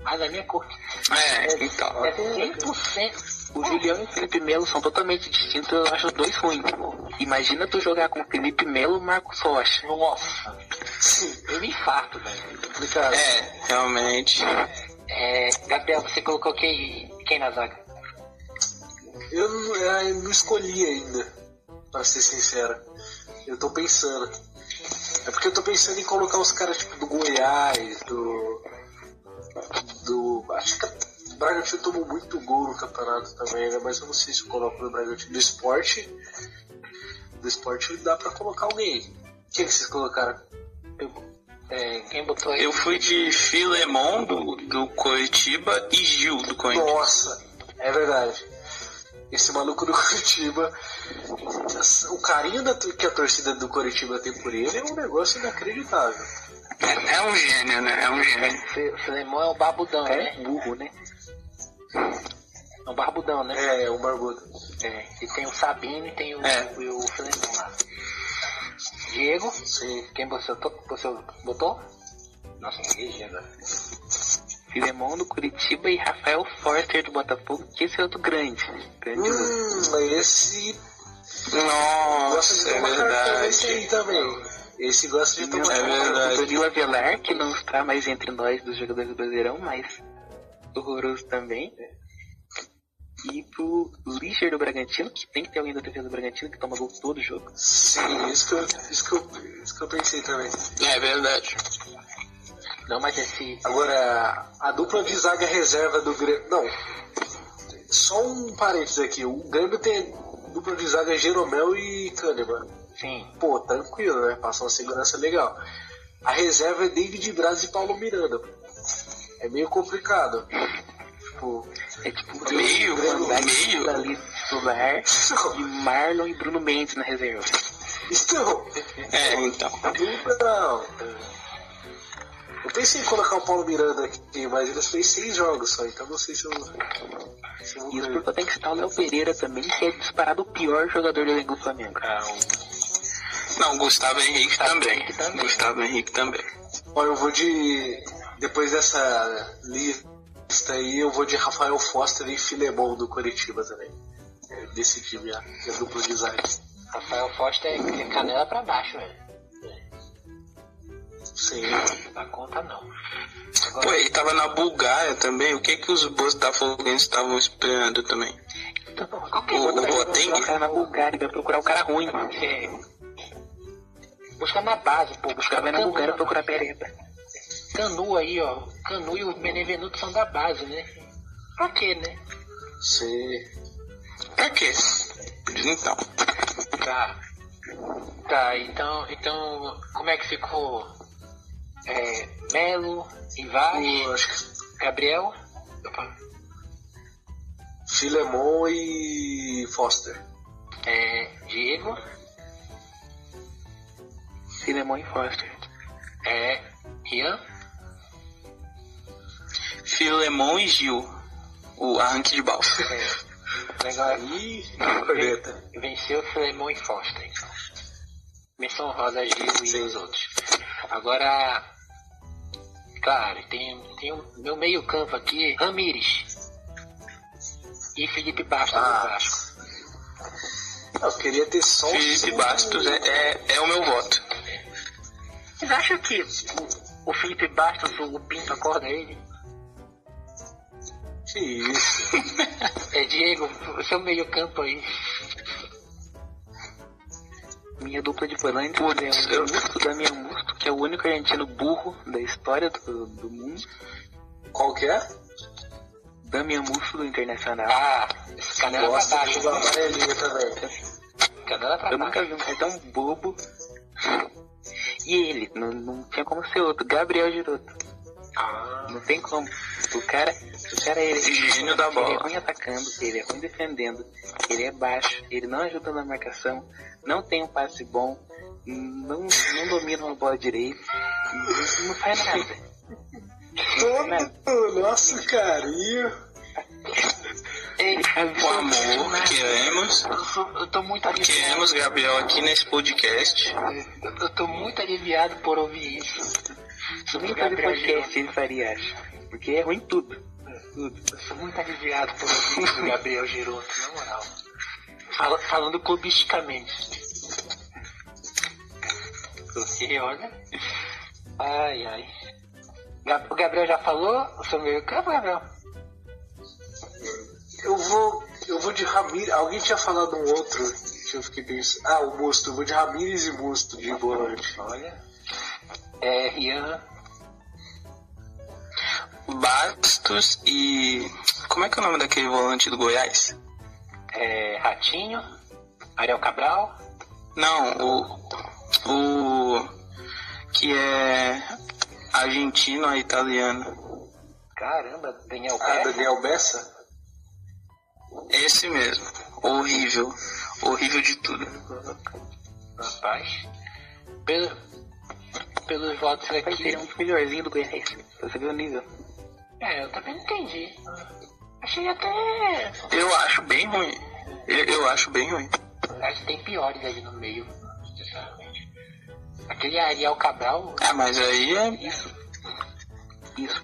Mas a minha corneta É, então. é 100%. O Julião e o Felipe Melo são totalmente distintos, eu acho os dois ruins. Imagina tu jogar com o Felipe Melo e o Marcos Rocha. Nossa, eu infarto, velho. Complicado. É, realmente. É, Gabriel, você colocou quem, quem na zaga? Eu, não- ah, eu não escolhi ainda, pra ser sincero. Eu tô pensando. É porque eu tô pensando em colocar os caras tipo do Goiás, do. Do. Acho que o Bragantino tomou muito gol no campeonato também, né? Mas eu não sei se eu coloco do Bragantino. Do esporte. Do esporte dá pra colocar alguém. Quem que vocês colocaram? Eu- é, quem botou aí? Eu fui de Filemon do, do Curitiba e Gil do Corinthians. Nossa, é verdade. Esse maluco do Curitiba. O carinho da- que a torcida do Curitiba tem por ele é um negócio inacreditável. É, é um gênio, né? É um gênio. Fe- Filemon é um barbudão, É né? burro, né? É um barbudão, né? É, o Barbudo. É, e tem o Sabino e tem o, É. e o Filemon lá. Diego, Sim. quem você, to- você botou? Nossa, ninguém Diego. Filemon do Curitiba e Rafael Forster do Botafogo, que esse é outro grande. Grande outro. Hum, esse gosta de Nossa, é tomar cartão, esse verdade. aí também. Esse gosta de tomar É cartão. verdade. O Danilo Avelar, que não está mais entre nós dos jogadores do Brasileirão, mas horroroso também. E pro Liger do Bragantino, que tem que ter alguém da defesa do Bragantino que toma gol todo jogo. Sim, isso que eu, isso que eu, isso que eu pensei também. É verdade. Não, mas esse. Agora, a dupla de zaga reserva do Grêmio. Não. Só um parênteses aqui. O Grêmio tem dupla de zaga Jeromel e Kahneman. Sim. Pô, tranquilo, né? Passa uma segurança legal. A reserva é David Braz e Paulo Miranda. É meio complicado. Tipo, É tipo o Meio, Van Dijk, meio. Dali titular e Marlon e Bruno Mendes na reserva. então, É, então. Não. então, Eu pensei em colocar o Paulo Miranda aqui, mas ele fez seis jogos só, então não sei se eu. Se eu E isso porque eu tenho que citar o Léo Pereira também, que é disparado o pior jogador do elenco do Flamengo. Não, Gustavo Henrique também. Henrique também. Gustavo Henrique também. Ó, eu vou de. Depois dessa lista aí, eu vou de Rafael Foster e Filemon do Curitiba também. É, Decidi minha, minha dupla é de design. Rafael Foster é é canela pra baixo, velho. Sim. Não conta não. Pô, ele tava na Bulgária também. O que que os botafoguenses estavam esperando também? Então, O, qualquer o jogador vai Boateng? procurar o cara na Bulgária, vai procurar o cara ruim. O É. Busca na base, pô. Busca cara vai na Canu, Bulgária mano. procurar pereba. Canu aí, ó. Canu e o Benevenuto são da base, né? Pra quê, né? Sim. Pra quê? Então. Tá. Tá, então. Então. Como é que ficou? É, Melo, Ivai, Eu acho que Gabriel. Opa. Filemon e Foster. É, Diego. Cinemon e Foster. É. Ian. Filemon e Gil. O arranque de balsa. É. Legal. E Corneta. Venceu Filemon e Foster. então. Menção Rosa, Gil e os outros. Agora, claro, tem, tem o meu meio campo aqui, Ramires. E Felipe Bastos Ah. do Vasco. Eu queria ter só Felipe um- Bastos é, é, é o meu voto. Vocês acham que o, o Felipe Bastos, o Pinto acorda ele? Que isso. É, Diego, o seu meio campo aí. Minha dupla de volantes Putz, é eu- o Musto, Damian Musto, que é o único argentino burro da história do, do mundo. Qual que é? Damian Musto do Internacional. Ah, esse canela pra Gosto baixo. de uma amarelinha também. Canela pra baixo. Eu nunca vi um cara tão bobo. E ele, não, não tinha como ser outro. Gabriel Giroto. Ah, Não tem como. O cara, o cara ele, Gênio da ele é bola. ruim atacando, ele é ruim defendendo, ele é baixo, ele não ajuda na marcação, não tem um passe bom, não, não domina uma bola direito, não- não faz nada. né? Todo o nosso carinho. Ele Com amor, é queremos. eu, sou- eu tô muito aliviado. Queremos Gabriel aqui nesse podcast. Eu, eu tô muito aliviado por ouvir isso. Sobre o nunca vi Gabriel Giroto. podcast ele faria, acho. Porque é ruim tudo. Eu sou muito aliviado por ouvir isso do Gabriel Giroto, na moral. Fala- falando clubisticamente. Você olha. Ai, ai. Gab- O Gabriel já falou? O seu meio campo, Gabriel? Eu vou. Eu vou de Ramires. Alguém tinha falado um outro que eu fiquei pensando. Ah, o Musto. Eu vou de Ramires e Musto de volante. Olha. É, Rian. Bastos e. Como é que é o nome daquele volante do Goiás? É, Ratinho. Ariel Cabral. Não, o. O. Que é. Argentino a italiano. Caramba, Daniel Ah, Pérez. Daniel Bessa? Esse mesmo. Horrível. Horrível de tudo. Rapaz. Pelo- pelos votos Vai aqui. ser um dos melhorzinhos do Goiás. pra Você vê o nível. É, eu também não entendi. Achei até. Eu acho bem ruim. Eu, eu acho bem ruim. Acho que tem piores ali no meio, sinceramente. Aquele Ariel Cabral, Ah, mas aí é, Isso.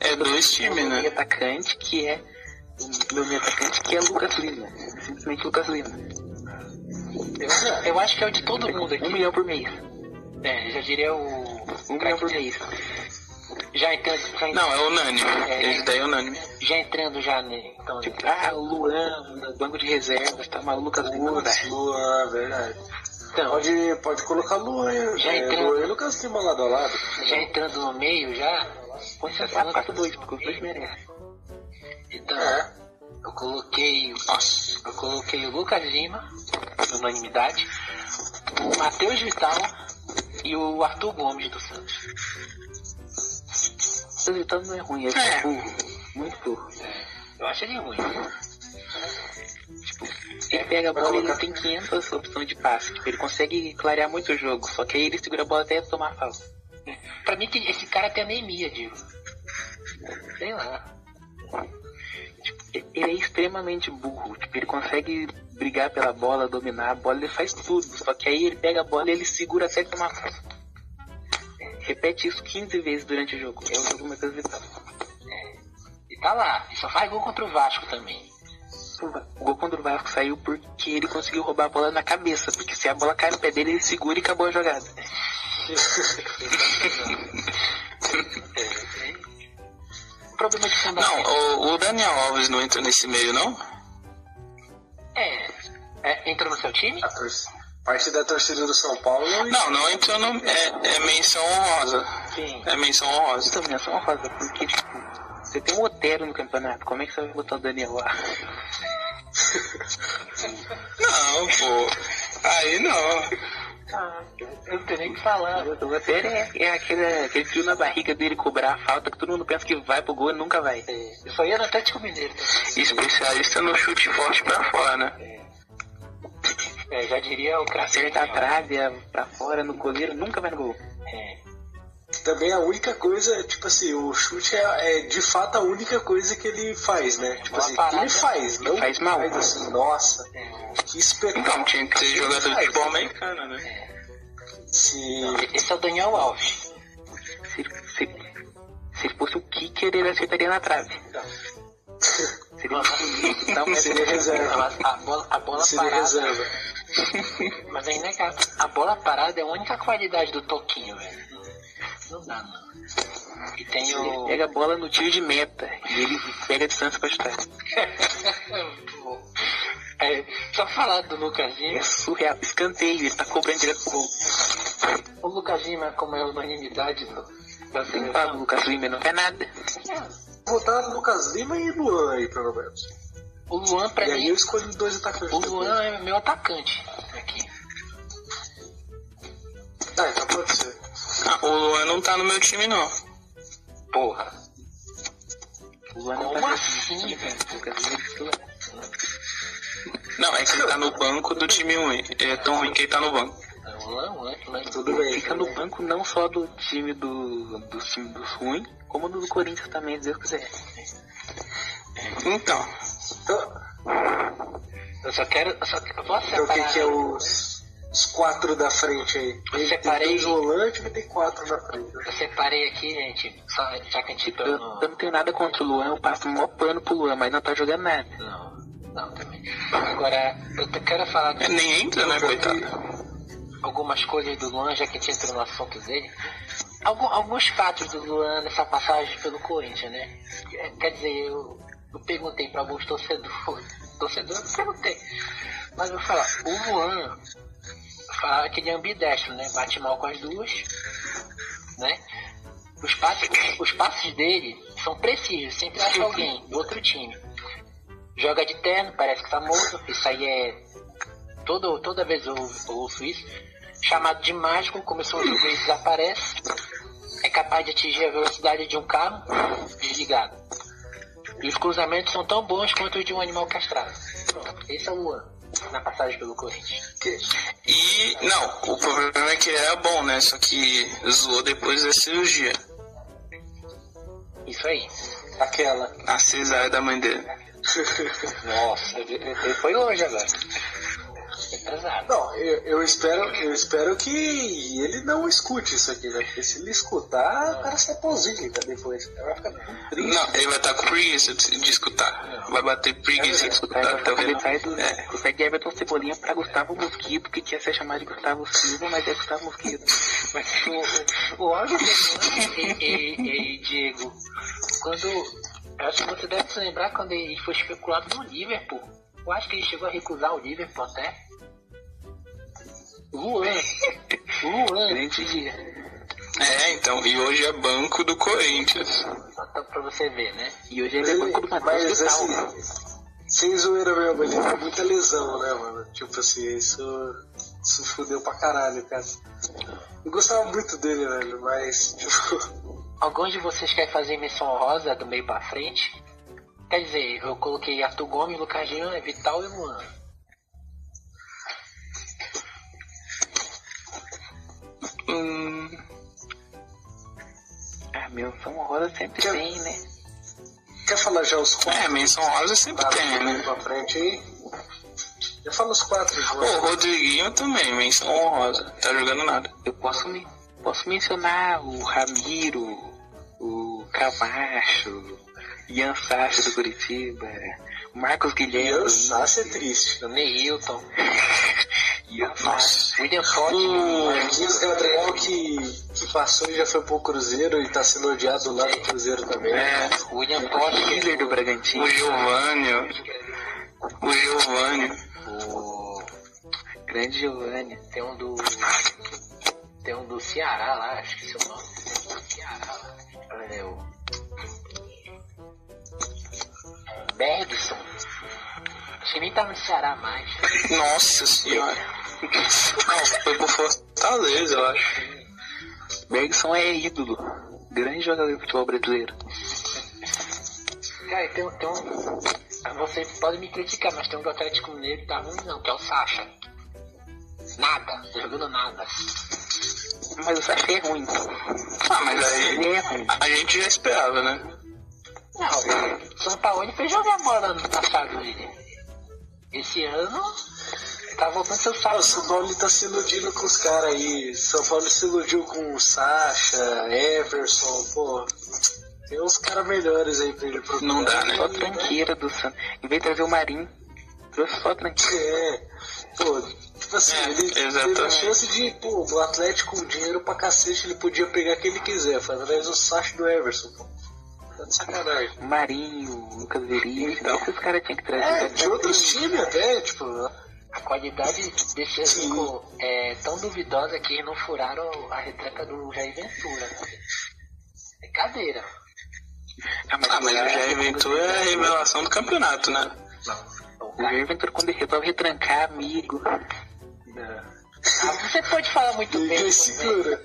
é dois times, meu né? atacante que é. Meu meio atacante que é Lucas Lima. Simplesmente Lucas Lima. eu, eu acho que é o de todo mundo Um aqui. milhão por mês. É, já diria o. Um milhão por mês. Já então, entrando. Já entrando Não, é unânime. É. Esse daí é unânime. Já entrando já, né? Então, né, Tipo, ah, o Luan, no banco de reservas, tá maluco assim, não dá. Putz, Luan, verdade. então Pode, pode colocar Luan e Já é, entrou. Luan e Lucas Lima lado a lado. já entrando no meio, já. Põe essa Ah, falando quatro dois, porque os dois merecem. Então, É. eu coloquei. Nossa. Eu coloquei o Lucas Lima, por unanimidade, o Matheus Vital e o Arthur Gomes do Santos. Seu Vitão não é ruim, ele é burro. Muito burro. Eu acho ele ruim. Tipo, Ele pega a bola e ele tem 500 opções de passe. Tipo, ele consegue clarear muito o jogo, só que aí ele segura a bola até tomar falta. Pra mim, que esse cara tem anemia, digo. Sei lá. Ele é extremamente burro. Tipo, ele consegue brigar pela bola, dominar a bola, ele faz tudo. Só que aí ele pega a bola e ele segura até tomar falta. Repete isso 15 vezes durante o jogo. É o jogo É. Matheus Vital. E tá lá. E só faz gol contra o Vasco também. O gol contra o Vasco saiu porque ele conseguiu roubar a bola na cabeça. Porque se a bola cai no pé dele, ele segura e acabou a jogada. O problema de fundamento. Não, o, o Daniel Alves não entra nesse meio, não? É. é. Entrou no seu time? A torcida, parte da torcida do São Paulo e Não, não entrou no. É, é menção honrosa. Sim. É menção honrosa. Essa menção rosa, porque, tipo, você tem um Otero no campeonato, como é que você vai botar o Daniel lá? Não, pô. Aí não. Eu Ah, não tenho nem o que falar. O Otero é, é aquele, aquele fio na barriga dele cobrar a falta que todo mundo pensa que vai pro gol e nunca vai. É, Eu só ia no Atlético Mineiro. também. Especialista no chute forte pra fora, né? É, já diria o Cracer Acerta a trave, é pra fora, no goleiro, nunca vai no gol. É. também a única coisa, tipo assim, o chute é, é de fato a única coisa que ele faz, né? Tipo Uma assim, que parada ele faz, não faz mal. Mas assim, nossa, é, que Então, espetáculo. tinha que ser jogador de futebol americano, né? Sim. é. Esse é o Daniel Alves. Se, se, se ele fosse o kicker, ele acertaria na trave. Seria bonito, não, mas Seria reserva. A bola, a bola Seria parada. reserva. Mas é inegável. A bola parada é a única qualidade do Toquinho, velho. Não dá, não. E tem ele o. pega a bola no tiro de meta e ele pega a distância pra chutar. Muito bom. É, só falar do Lucas Lima. É surreal, escanteio, ele tá cobrando direto pro gol. O Lucas Lima, como é a unanimidade do, da Tem fala, seleção. É, Lucas Lima não é nada. Vou botar Lucas Lima e Luan aí, pelo menos. O Luan, pra E aí mim, eu escolho dois atacantes. o depois. Luan é meu atacante aqui. Ah, então pode ser. Ah, o Luan não tá no meu time, não. Porra. O Luan não Como tá assim, velho? Lucas Lima é titular. Não, é que ele tá no banco do time ruim. Ele é tão ruim que ele tá no banco. Não, é O Luan, o Luan, o Luan. Tudo bem. Fica no banco não só do time do, do time dos ruins, como do Corinthians também, se Deus quiser. Então, Então, Eu só quero. Eu só eu vou então separar. quem que é os, os quatro da frente aí? Eu Tem separei. dois volantes, mas tem quatro na frente. Eu separei aqui, gente. Só, já que a gente tá Eu, no- eu não tenho nada contra o Luan, eu passo o maior pano pro Luan, mas não tá jogando nada. Não, não também. Agora, eu te- quero falar de nem entra, né, coitado? algumas coisas do Luan, já que a gente entrou no assunto dele. Algum- alguns fatos do Luan nessa passagem pelo Corinthians, né? É, Quer dizer, eu, eu perguntei para alguns torcedores. Torcedor, eu perguntei. Mas eu vou falar, o Luan fala que ele é ambidestro, né? Bate mal com as duas, né? Os passes, os passes dele são precisos, sempre acha alguém do outro time. Joga de terno, parece que tá morto, isso aí é todo, toda vez eu, eu ouço isso, chamado de mágico, começou o jogo e desaparece, é capaz de atingir a velocidade de um carro desligado. E os cruzamentos são tão bons quanto os de um animal castrado. Pronto, esse é o Luan, na passagem pelo Corinthians. E, não, o problema é que ele era bom, né? Só que zoou depois da cirurgia. Isso aí. Aquela. A cesárea da mãe dele. Nossa, ele foi longe agora. É pesado. Não, eu, eu espero, eu espero que ele não escute isso aqui, né? Porque se ele escutar, o cara se aposenta né, depois. O cara vai ficar muito triste. Não, ele vai estar com preguiça de, de escutar. Vai bater preguiça de Aí escutar, vai tá Então, ficar vendo? ele sai do, É. consegue Everton Cebolinha pra Gustavo Mosquito, que quer ser chamado de Gustavo Silva, mas é Gustavo Mosquito. Mas o, o óleo vegano, e, e, e, é, Diego, quando. Eu acho que você deve se lembrar quando ele foi especulado no Liverpool. Eu acho que ele chegou a recusar o Liverpool até. Luan. Luan. Gente, É, então, e hoje é banco do Corinthians. Só pra você ver, né? E hoje ele é banco do Ele, Matheus mas Vital. assim, sem zoeira mesmo, ele tem muita lesão, né, mano? Tipo assim, isso, isso fudeu pra caralho, cara. Eu gostava muito dele, velho, mas, tipo, Alguns de vocês querem fazer missão rosa do meio pra frente? Quer dizer, eu coloquei Arthur Gomes, Lucas Jean, Vital e Luan. Hum, Ah, meu, São Rosa sempre Que- tem, né? quer falar já os quatro é, menção rosa sempre tá, tem, né? pra frente aí? Já fala os quatro, Pô, o João. Rodriguinho também, menção honrosa. Tá jogando nada. Eu posso, me, posso mencionar o Ramiro, o Camacho, Ian Sacha do Curitiba, Marcos Guilherme, Criança, isso é triste. Neilton, Ian Sacha. Nossa. William Fox. Marquinhos Gabriel é um que, que passou e já foi pro Cruzeiro e tá sendo odiado lá no Cruzeiro também. É, né? William é Líder do Fox. Bragantino, o Giovânio. O Giovânio. O... grande Giovanni. Tem um do. Tem um do Ceará lá, acho que esse é o nome. Tem um do Ceará lá. É o. Bergson. Acho que nem tava no Ceará mais. Nossa senhora. Não, foi pro Fortaleza, eu acho. Bergson é ídolo, grande jogador de futebol brasileiro. Cara, tem, um- tem um. Você pode me criticar, mas tem um do Atlético Mineiro que tá ruim não, que é o Sacha. Nada, tá jogando nada. Mas o Sacha é ruim. Ah, mas aí Ele é ruim. a gente já esperava, né? Não, São Paulo fez jogar bola no passado dele. Esse ano tá voltando seu Ah, saco. o São Paulo tá se iludindo com os caras aí. São Paulo se iludiu com o Sacha, Everson, pô. Tem uns caras melhores aí pra ele procurar. Não dá, né? Só tranqueira do Santos. Em vez de trazer o Marinho, trouxe só tranqueira. É. Pô, tipo assim, É, ele teve a exatamente. chance de, pô, o Atlético com dinheiro pra cacete, ele podia pegar quem ele quiser. Foi atrás do Sacha e do Everson, pô. Tá de sacanagem. O Marinho, o Lucas Veríssimo, Então. esses caras tinham que trazer. É, de outros times até, tipo. A qualidade desse elenco é tão duvidosa que não furaram a retreta do Jair Ventura. né? É Brincadeira. Ah, mas o Jair Ventura é a revelação do campeonato, né? O Jair Ventura, quando ele resolve retrancar amigo, Ah, você pode falar muito bem. Ninguém também. segura.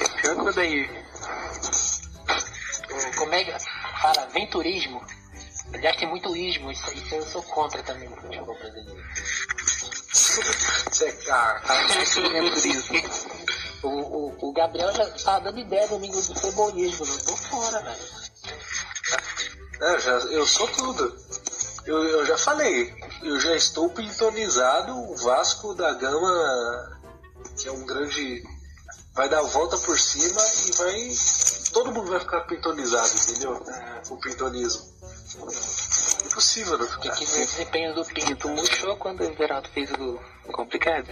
é pior que o Daí. O- Como é que fala? Venturismo. Aliás, tem muito ismo. Isso, isso eu sou contra também no futebol brasileiro. Isso é cara. O, o, o Gabriel já tava dando ideia domingo do cebolismo. Não tô fora, velho. É, eu, já, eu sou tudo. Eu, eu já falei, eu já estou pintonizado. O Vasco da Gama, que é um grande. Vai dar a volta por cima e vai. Todo mundo vai ficar pintonizado, entendeu? O pintonismo. Impossível não E ficar. que o desempenho do Pinto Tu murchou quando o Geraldo fez o complicado.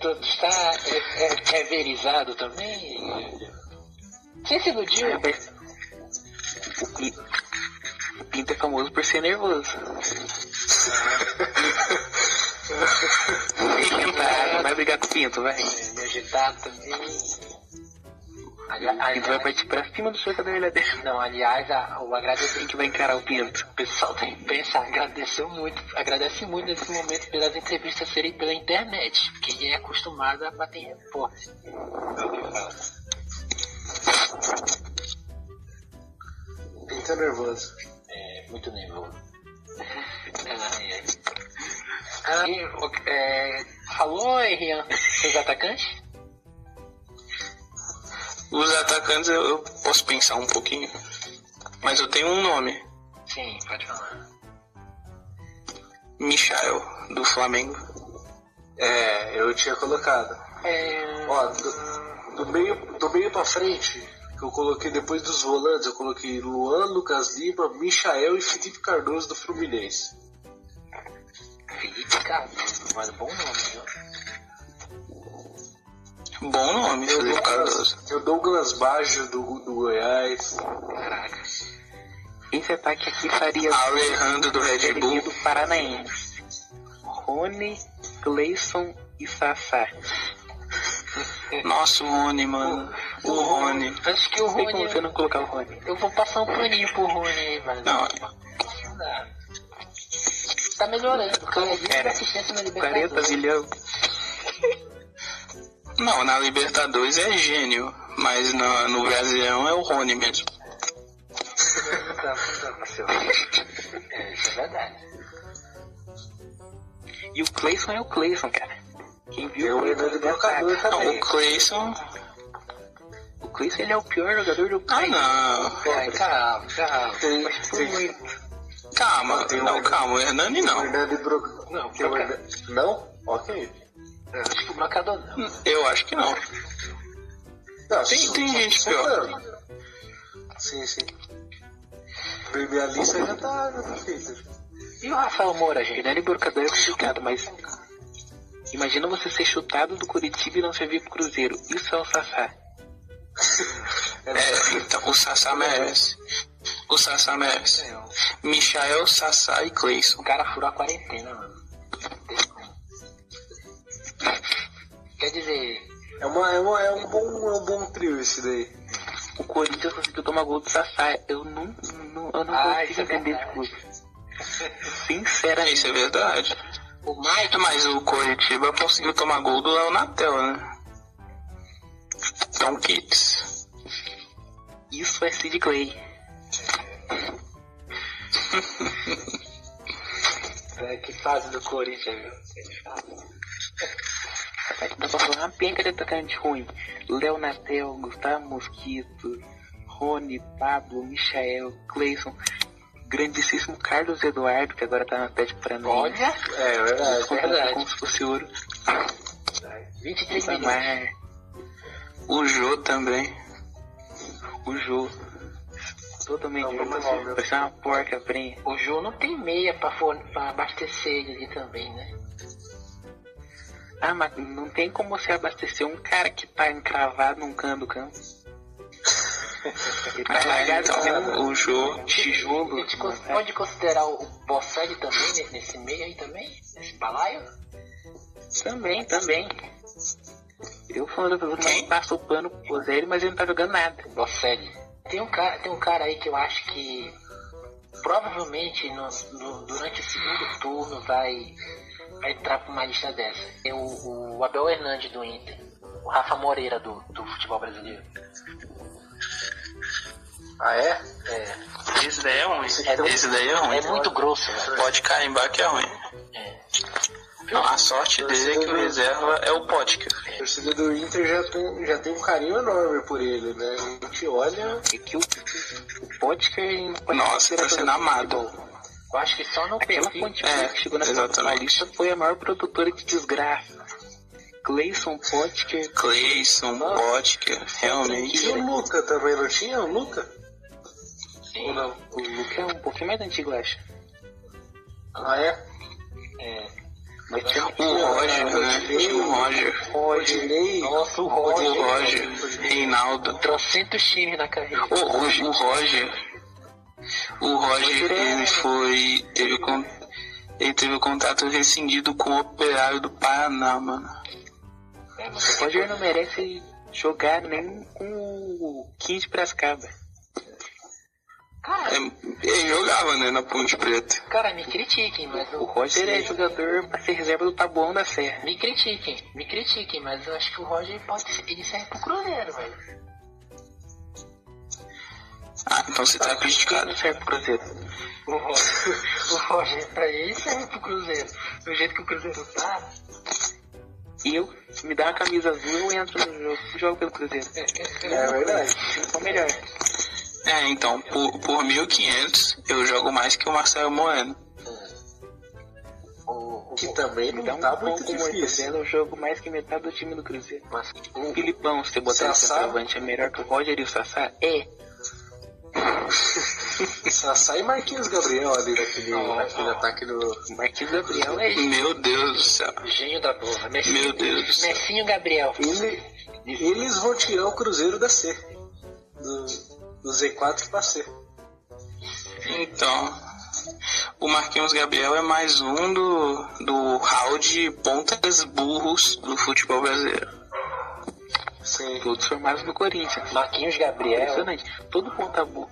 Tu está é, é, reverizado também? Você se iludiu? O É, Pin- o Pinto é famoso por ser nervoso. Vai, vai brigar com o Pinto, vai. É, Me agitado também. Ali- A gente vai aliás, partir pra cima do jogador lá dentro. é não, aliás, a- o Quem agradecimento que vai encarar o Pinto? o pessoal da imprensa agradeceu muito, agradece muito nesse momento pelas entrevistas serem pela internet, quem é acostumado a bater em repórter. Pinta nervoso. É, muito nervoso. Ai, ai. Ah, e, o- é, falou, é Rian, seus atacantes? Os atacantes eu, eu posso pensar um pouquinho. Mas eu tenho um nome. Sim, pode falar. Michael, do Flamengo. É, eu tinha colocado. É... Ó, do, do meio, do meio pra frente, que eu coloquei depois dos volantes, eu coloquei Luan, Lucas Lima, Michael e Felipe Cardoso do Fluminense. Felipe Cardoso, mano, bom nome, viu? Bom nome, Eu Felipe Douglas, Cardoso. eu Douglas Baggio do, do Goiás. Caraca. Esse ataque tá, aqui faria Alejandro do Red Série B Bull. do Paranaense. Rony, Gleison e Sassá. Nossa, o Rony, mano. O Rony. Acho que o Não sei como Rony. você não colocar o Rony. Eu vou passar um paninho pro Rony aí, mano. Não, Tá melhorando, cara. Ele Cara, tá assistindo na 40 Libertadores. milhão. não, na Libertadores é gênio, mas na- no Brasileirão é o Rony mesmo. Tá, tá, tá, seu. É, isso é verdade. E o Cleison é o Cleison, cara. Tem Quem viu o o Cleison Hernando ainda sabe. Brocador Não, o também. Cleison. O Cleison ele é o pior jogador do Ah, país. não. Cara, calma, calma. Tem, Mas por tem, muito. Calma, não, calma. O Hernani o não. Hernando Brocador. Não, tem o Broca- Hernan- Não? Ok. Eu Acho que o brocador não. Eu acho que não. Não, Tem- só- tem só- gente só- pior. Sim, sim. Bem, Minha lista já tá, já tá feita. E o Rafael Moura, gente? Dani Burcador é complicado, mas. Imagina você ser chutado do Curitiba e não servir pro Cruzeiro. Isso é o Sassá. É, então, o Sassá merece. O Sassá merece. Michael, Sassá e Cleison. O cara furou a quarentena, mano. Quer dizer, É, uma, é, uma, é, um bom, é um bom trio esse daí. O Corinthians conseguiu tomar gol do Sassá. Eu não, não- eu não Ah, isso consigo é entender esse verdade. clube. Sinceramente. Isso é verdade. o Mike. Mas o Coritiba conseguiu tomar gol do Leonatel, né? Então, Kicks. Isso é Sid Clay. É, que fase do Corinthians, viu? Dá pra falar uma penca de atacante ruim. Leonatel, Gustavo Mosquito, Rony, Pablo, Michael, Cleison, grandíssimo Carlos Eduardo, que agora tá no Atlético Paranaense. Olha, É, é verdade. Contratou verdade. tá Como se fosse ouro. 23 milhões. Samar, O Jô também. o Jô. Totalmente Não, junto. vamos lá, meu. Vai ser uma porca, Brinha. O Jô não tem meia pra, for... pra abastecer ele ali também, né? Ah, mas não tem como você abastecer um cara que tá encravado num canto do campo. Ele tá É, largado que nem então, um o Jô. tijolo. A gente cons- né? pode considerar o Bossed também né, nesse meio aí também? Nesse balaio? Também, também. Eu falando pra você, Quem? não passa o pano pro Zé, mas ele não tá jogando nada. Bocelli. Tem um cara, tem um cara aí que eu acho que provavelmente no- no- durante o segundo turno vai, vai entrar pra uma lista dessa. É o, o Abel Hernandes do Inter. O Rafa Moreira do, do futebol brasileiro. Ah, é? É, Esse daí é ruim. É, Esse daí é Ah, ruim. é muito grosso, velho. Pode carimbar que é ruim. É. Não, a sorte dele é que o reserva é o Potker. A torcida do Inter já tem, já tem um carinho enorme por ele, né? A gente olha. E É que o, o Potker não pode Nossa, ser tá sendo produtor de amado. futebol. Eu acho que só no Aquela perfil. quantidade É, que chegou na exatamente. lista foi a maior produtora de desgraça. Clayson Potker. Cleison, Potker, E realmente. o Luca também, não tinha? O Luca? Ou não? O Luca é um pouquinho mais antigo, eu acho. Ah, é? Mas tinha O Roger, né? Tinha o Roger. Roger. Rodinei? Nossa, o O Roger. Roger, Reinaldo. Trocentos times na carreira. O, o, o Roger. O Roger, ele foi. Teve con- ele teve o contrato rescindido com o operário do Paraná, mano. É, mas O Roger não merece jogar nem com o 15 Prascaba. Cara, É, ele jogava, né, na Ponte Preta. cara, me critiquem, mas O Roger é jogador pra ser reserva do Taboão da Serra. Me critiquem, me critiquem, mas eu acho que o Roger pode ser, ele serve pro Cruzeiro, velho. Ah, então você tá criticado. Não serve pro Cruzeiro. O Roger, o Roger pra ele serve pro Cruzeiro. Do jeito que o Cruzeiro tá, E eu, se me dá uma camisa azul, eu entro no jogo, jogo pelo Cruzeiro. É verdade. Ou melhor, É, então, por, por 1.500 eu jogo mais que o Marcelo Moreno. O, o, Que também não me dá um tá gol muito com o difícil. Oitavela, eu jogo mais que metade do time do Cruzeiro. Mas O Filipão, se você botar no Sassá? centroavante, é melhor que o Roger e o Sassá? É. Sassá e Marquinhos Gabriel ali naquele, naquele ataque do. Marquinhos Gabriel é isso. Meu Deus do céu. gênio da porra. né? Messinho, Meu Deus do céu. Messinho Gabriel. Ele, eles vão tirar o Cruzeiro da C. Do, do Z4 pra C. Então, o Marquinhos Gabriel é mais um do, do hall de pontas burros do futebol brasileiro. Sim. Todos formados no Corinthians. Marquinhos Gabriel. Impressionante. Todo ponta burro.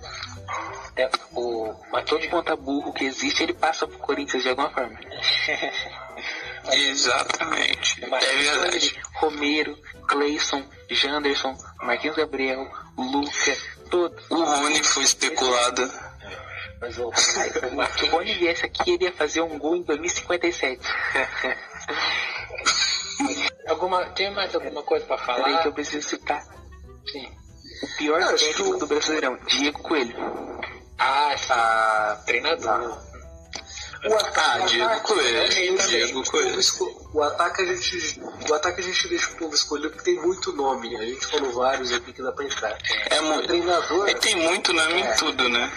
É, o, mas todo ponta burro que existe, ele passa pro Corinthians de alguma forma. Então, Exatamente. É verdade. Romero, Cleison, Janderson, Marquinhos Gabriel, Luca, todos. O Rony foi especulado. Mas o, o Se o Marquinhos Rony viesse aqui, ele ia fazer um gol em 2057. Alguma, tem mais alguma coisa pra Peraí falar? que eu preciso citar Sim. o pior Acho técnico que o- do Brasileirão, Diego Coelho. Ah, essa treinador. O ataque, Ah, o Diego ataque- Coelho. Ele Diego O Coelho. esco- O ataque, a gente, o ataque a gente deixa o povo escolher porque tem muito nome. né? A gente falou vários aqui que dá pra entrar. É O muito. treinador. Ele tem muito nome em tudo, né?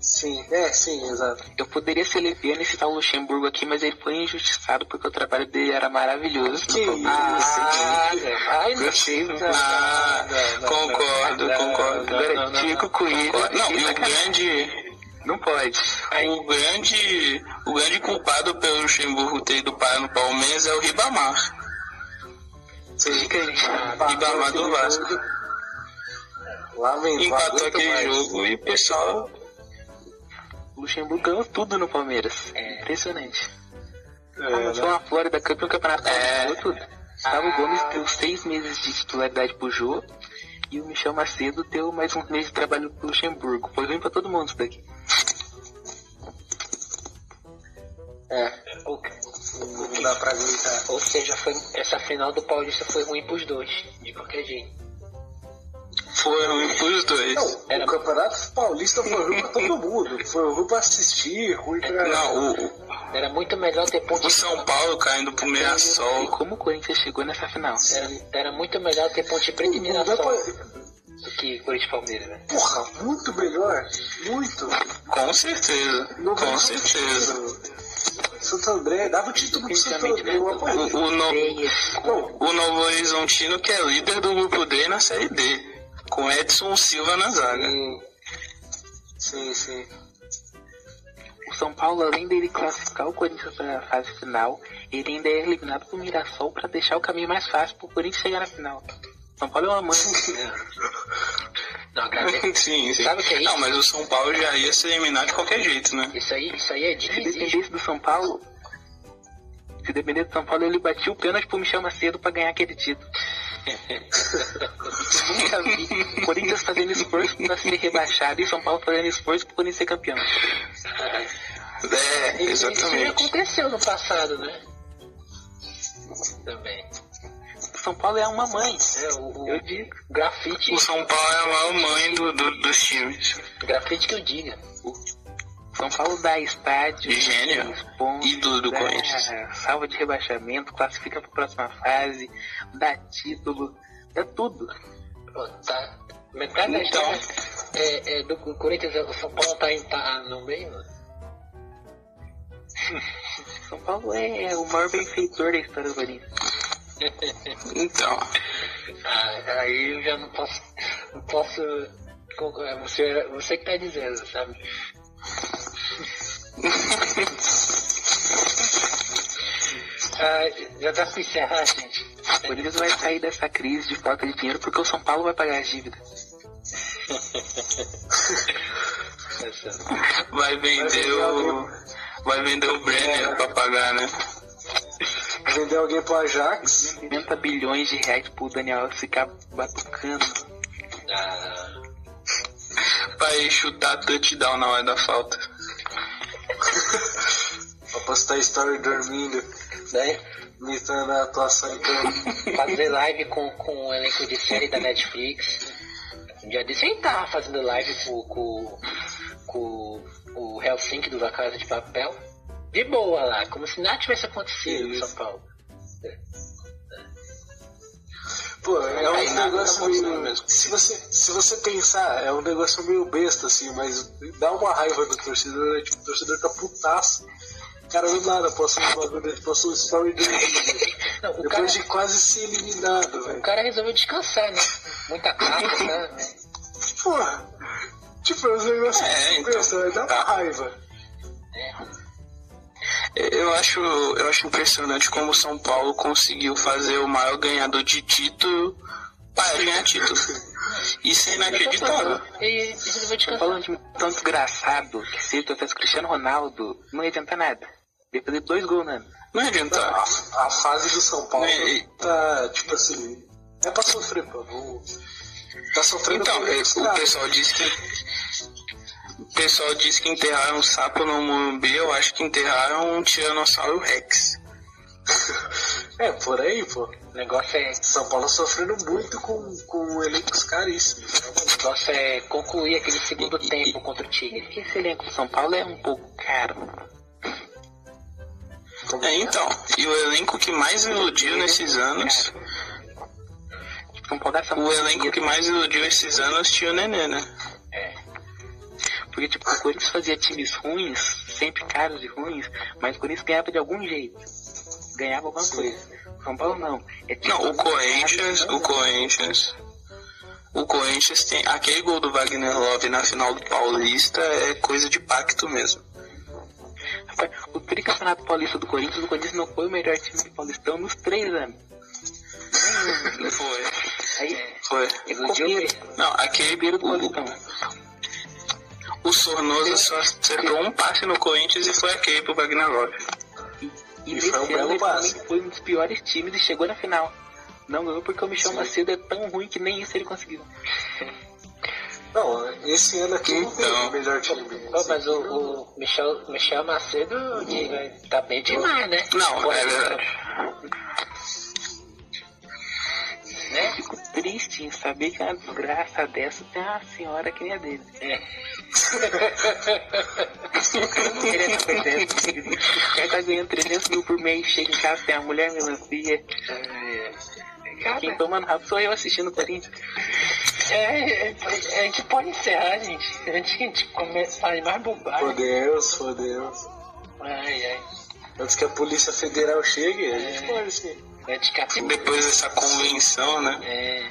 Sim, é, sim, exato. Eu poderia ser leviano e citar o Luxemburgo aqui, mas ele foi injustiçado porque o trabalho dele era maravilhoso. Que isso, ah, Ai, não gostei, não Ah, concordo, concordo. Agora, Diego Coelho. Concordo. Não, e o sacanagem. grande. Não pode. O grande, o grande culpado pelo Luxemburgo ter ido parar no Palmeiras é o Ribamar. Sim. Gigante. Ribamar do Vasco. Lamentável. Empatou aquele mais. jogo e o pessoal. O Luxemburgo ganhou tudo no Palmeiras. É. Impressionante. Ah, mas foi né? uma Flórida campeão do campeonato. É. Ganhou tudo. Gustavo Gomes deu seis meses de titularidade pro Jô. E o Michel Macedo deu mais um mês de trabalho pro Luxemburgo. Foi ruim pra todo mundo isso daqui. É, O- não dá pra aguentar. Ou seja, foi, essa final do Paulista foi ruim pros dois, de qualquer jeito. Foi ruim pros dois. Não, Era- o Campeonato Paulista foi ruim pra todo mundo. Foi ruim pra assistir, ruim pra. Não, o, Era muito melhor ter ponto o é um São Paulo caindo pro E Mirassol. como o Corinthians chegou nessa final? Era, era muito melhor ter Ponte Preta e É Não dá Mirassol pra- do que Corinthians e Palmeiras, né? Porra, muito melhor. Muito. Com certeza. Não Com ganhou certeza. título. Santo André, dava o título pro Santo Definitivamente, André. Eu O, né? apoio. o, no, Ideias. Não, o Novo Horizontino que é líder do grupo D na série D. Com Edson Silva na zaga. sim. Sim, sim. O São Paulo, além dele classificar o Corinthians para a fase final, ele ainda é eliminado pro Mirassol para deixar o caminho mais fácil pro Corinthians chegar na final. São Paulo é uma mãe. Não, cara, sim, sim. Sabe o que é isso? Não, mas o São Paulo já ia ser eliminado de qualquer jeito, né? isso aí, isso aí é Se difícil. dependesse do São Paulo, se dependesse do São Paulo, ele batia o pênalti pro Michel Macedo pra ganhar aquele título. Eu Nunca vi o Corinthians fazendo esforço pra ser rebaixado e o São Paulo fazendo esforço pro Corinthians ser campeão. É, Isso- Isso já exatamente. aconteceu no passado, né? Também. O São Paulo é uma mãe. É, o, o Eu digo. grafite, O São Paulo é a maior mãe do, do- dos times. grafite que eu diga. São Paulo dá estádio, Gênio. três pontos, Ídolo do É. dá Corinthians. Né? salva de rebaixamento, classifica para a próxima fase, dá título, dá tudo. Pô, tá. Metade da Então. história é, é do Corinthians, o São Paulo tá, em- tá no meio, né? São Paulo é o maior benfeitor da história do Corinthians. Então, Ah, aí eu já não posso. Não posso. concordar. Você, você que tá dizendo, sabe? Ah, já dá pra encerrar, gente. O Corinthians vai sair dessa crise de falta de dinheiro porque o São Paulo vai pagar as dívidas. Essa- vai vender o. Vai vender o Brenner pra pagar, né? Vender alguém pro Ajax. 90 bilhões de reais pro Daniel Alves ficar batucando. Ah, Pra ir chutar touchdown na hora da falta. Pra postar story dormindo. né? Imitando a atuação em campo. um Fazer live com, com o elenco de série da Netflix. Já disse, ele tava fazendo live com, com, com o Helsinki do Vacaria de Papel. De boa lá, como se nada tivesse acontecido em São Paulo. Pô, é Aí um nada tá negócio acontecendo meio. mesmo. Se você, se você pensar, é um negócio meio besta, assim, mas dá uma raiva do torcedor, né? Tipo, o torcedor tá putaço. O cara do nada passou um bagulho, ele passou um story dele. Não, o Depois cara- de quase ser eliminado, O velho. cara resolveu descansar, né? Muita carga, né? Porra! Tipo, é um negócio É, que então. besta, velho. Dá Tá. uma raiva. Eu acho, eu acho impressionante como o São Paulo conseguiu fazer o maior ganhador de título para ganhar título. Isso Tá é inacreditável. E ele resolveu descansar. Falando de um tão desgraçado que se tivesse Cristiano Ronaldo, não ia adiantar nada. Ia fazer dois gols, né? Não adianta. A, a fase do São Paulo É. tá, tipo assim. É pra sofrer, pô. Não- Tá sofrendo Então, por é, isso, o cara. pessoal disse que. O pessoal disse que enterraram um sapo no Morumbi, eu acho que enterraram um Tiranossauro Rex. É, por aí, pô. O negócio é, São Paulo tá sofrendo muito com, com elencos caríssimos. o negócio é concluir aquele segundo tempo contra o Tigre. Porque esse elenco do São Paulo é um pouco caro. É, então, e o elenco que mais iludiu nesses anos. Tipo, São Paulo gasta O muito elenco dinheiro. que mais iludiu esses anos tinha o Nenê, né? Porque, tipo, o Corinthians fazia times ruins, sempre caros e ruins, mas o Corinthians ganhava de algum jeito. Ganhava alguma coisa. O São Paulo não. É tipo, Não, o Corinthians, caro, o Corinthians. O Corinthians tem. Aquele gol do Wagner Love na final do Paulista é coisa de pacto mesmo. Rapaz, O tricampeonato paulista do Corinthians, o Corinthians não foi o melhor time do Paulistão nos três anos. Foi, Aí, foi. iludiu mesmo. Não, aquele. Primeiro do O, Paulistão. o Sornosa só acertou um passe no Corinthians e foi aquele pro Wagner Love. E, E nesse foi um ano belo ele passe. também foi um dos piores times e chegou na final. Não ganhou porque o Michel Macedo é tão ruim que nem isso ele conseguiu. Não, esse ano aqui não tem Então. o melhor time. assim, Pô, mas o, o Michel, Michel Macedo de- tá bem demais, né? Não, Pô, é verdade. Né? Fico triste em saber que uma desgraça dessa tem uma senhora que nem a dele. É. Ele é super dessa. O cara tá ganhando 300 mil por mês, chega em casa, tem a mulher melancia. Quem toma no rabo sou eu assistindo o Corinthians. É, é, a gente pode encerrar, gente. Antes que a gente comece a falar mais Por bobagem. Deus, por Deus. Ai, ai. Antes que a Polícia Federal chegue, a gente pode assim. Antes que a Depois dessa convenção, né? É.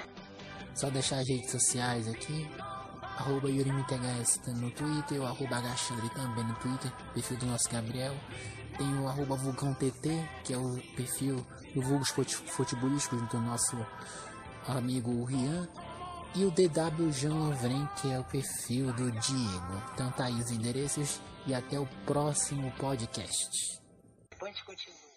Só deixar as redes sociais aqui. Arroba YuriMTHS no Twitter, o arroba HXandre também no Twitter, perfil do nosso Gabriel. Tem o arroba VulcãoTT, que é o perfil do Vulgos Fute- Futebolístico do nosso amigo Rian. E o DW Jean Lovren, que é o perfil do Diego. Então tá aí os endereços e até o próximo podcast. Depois a gente continua.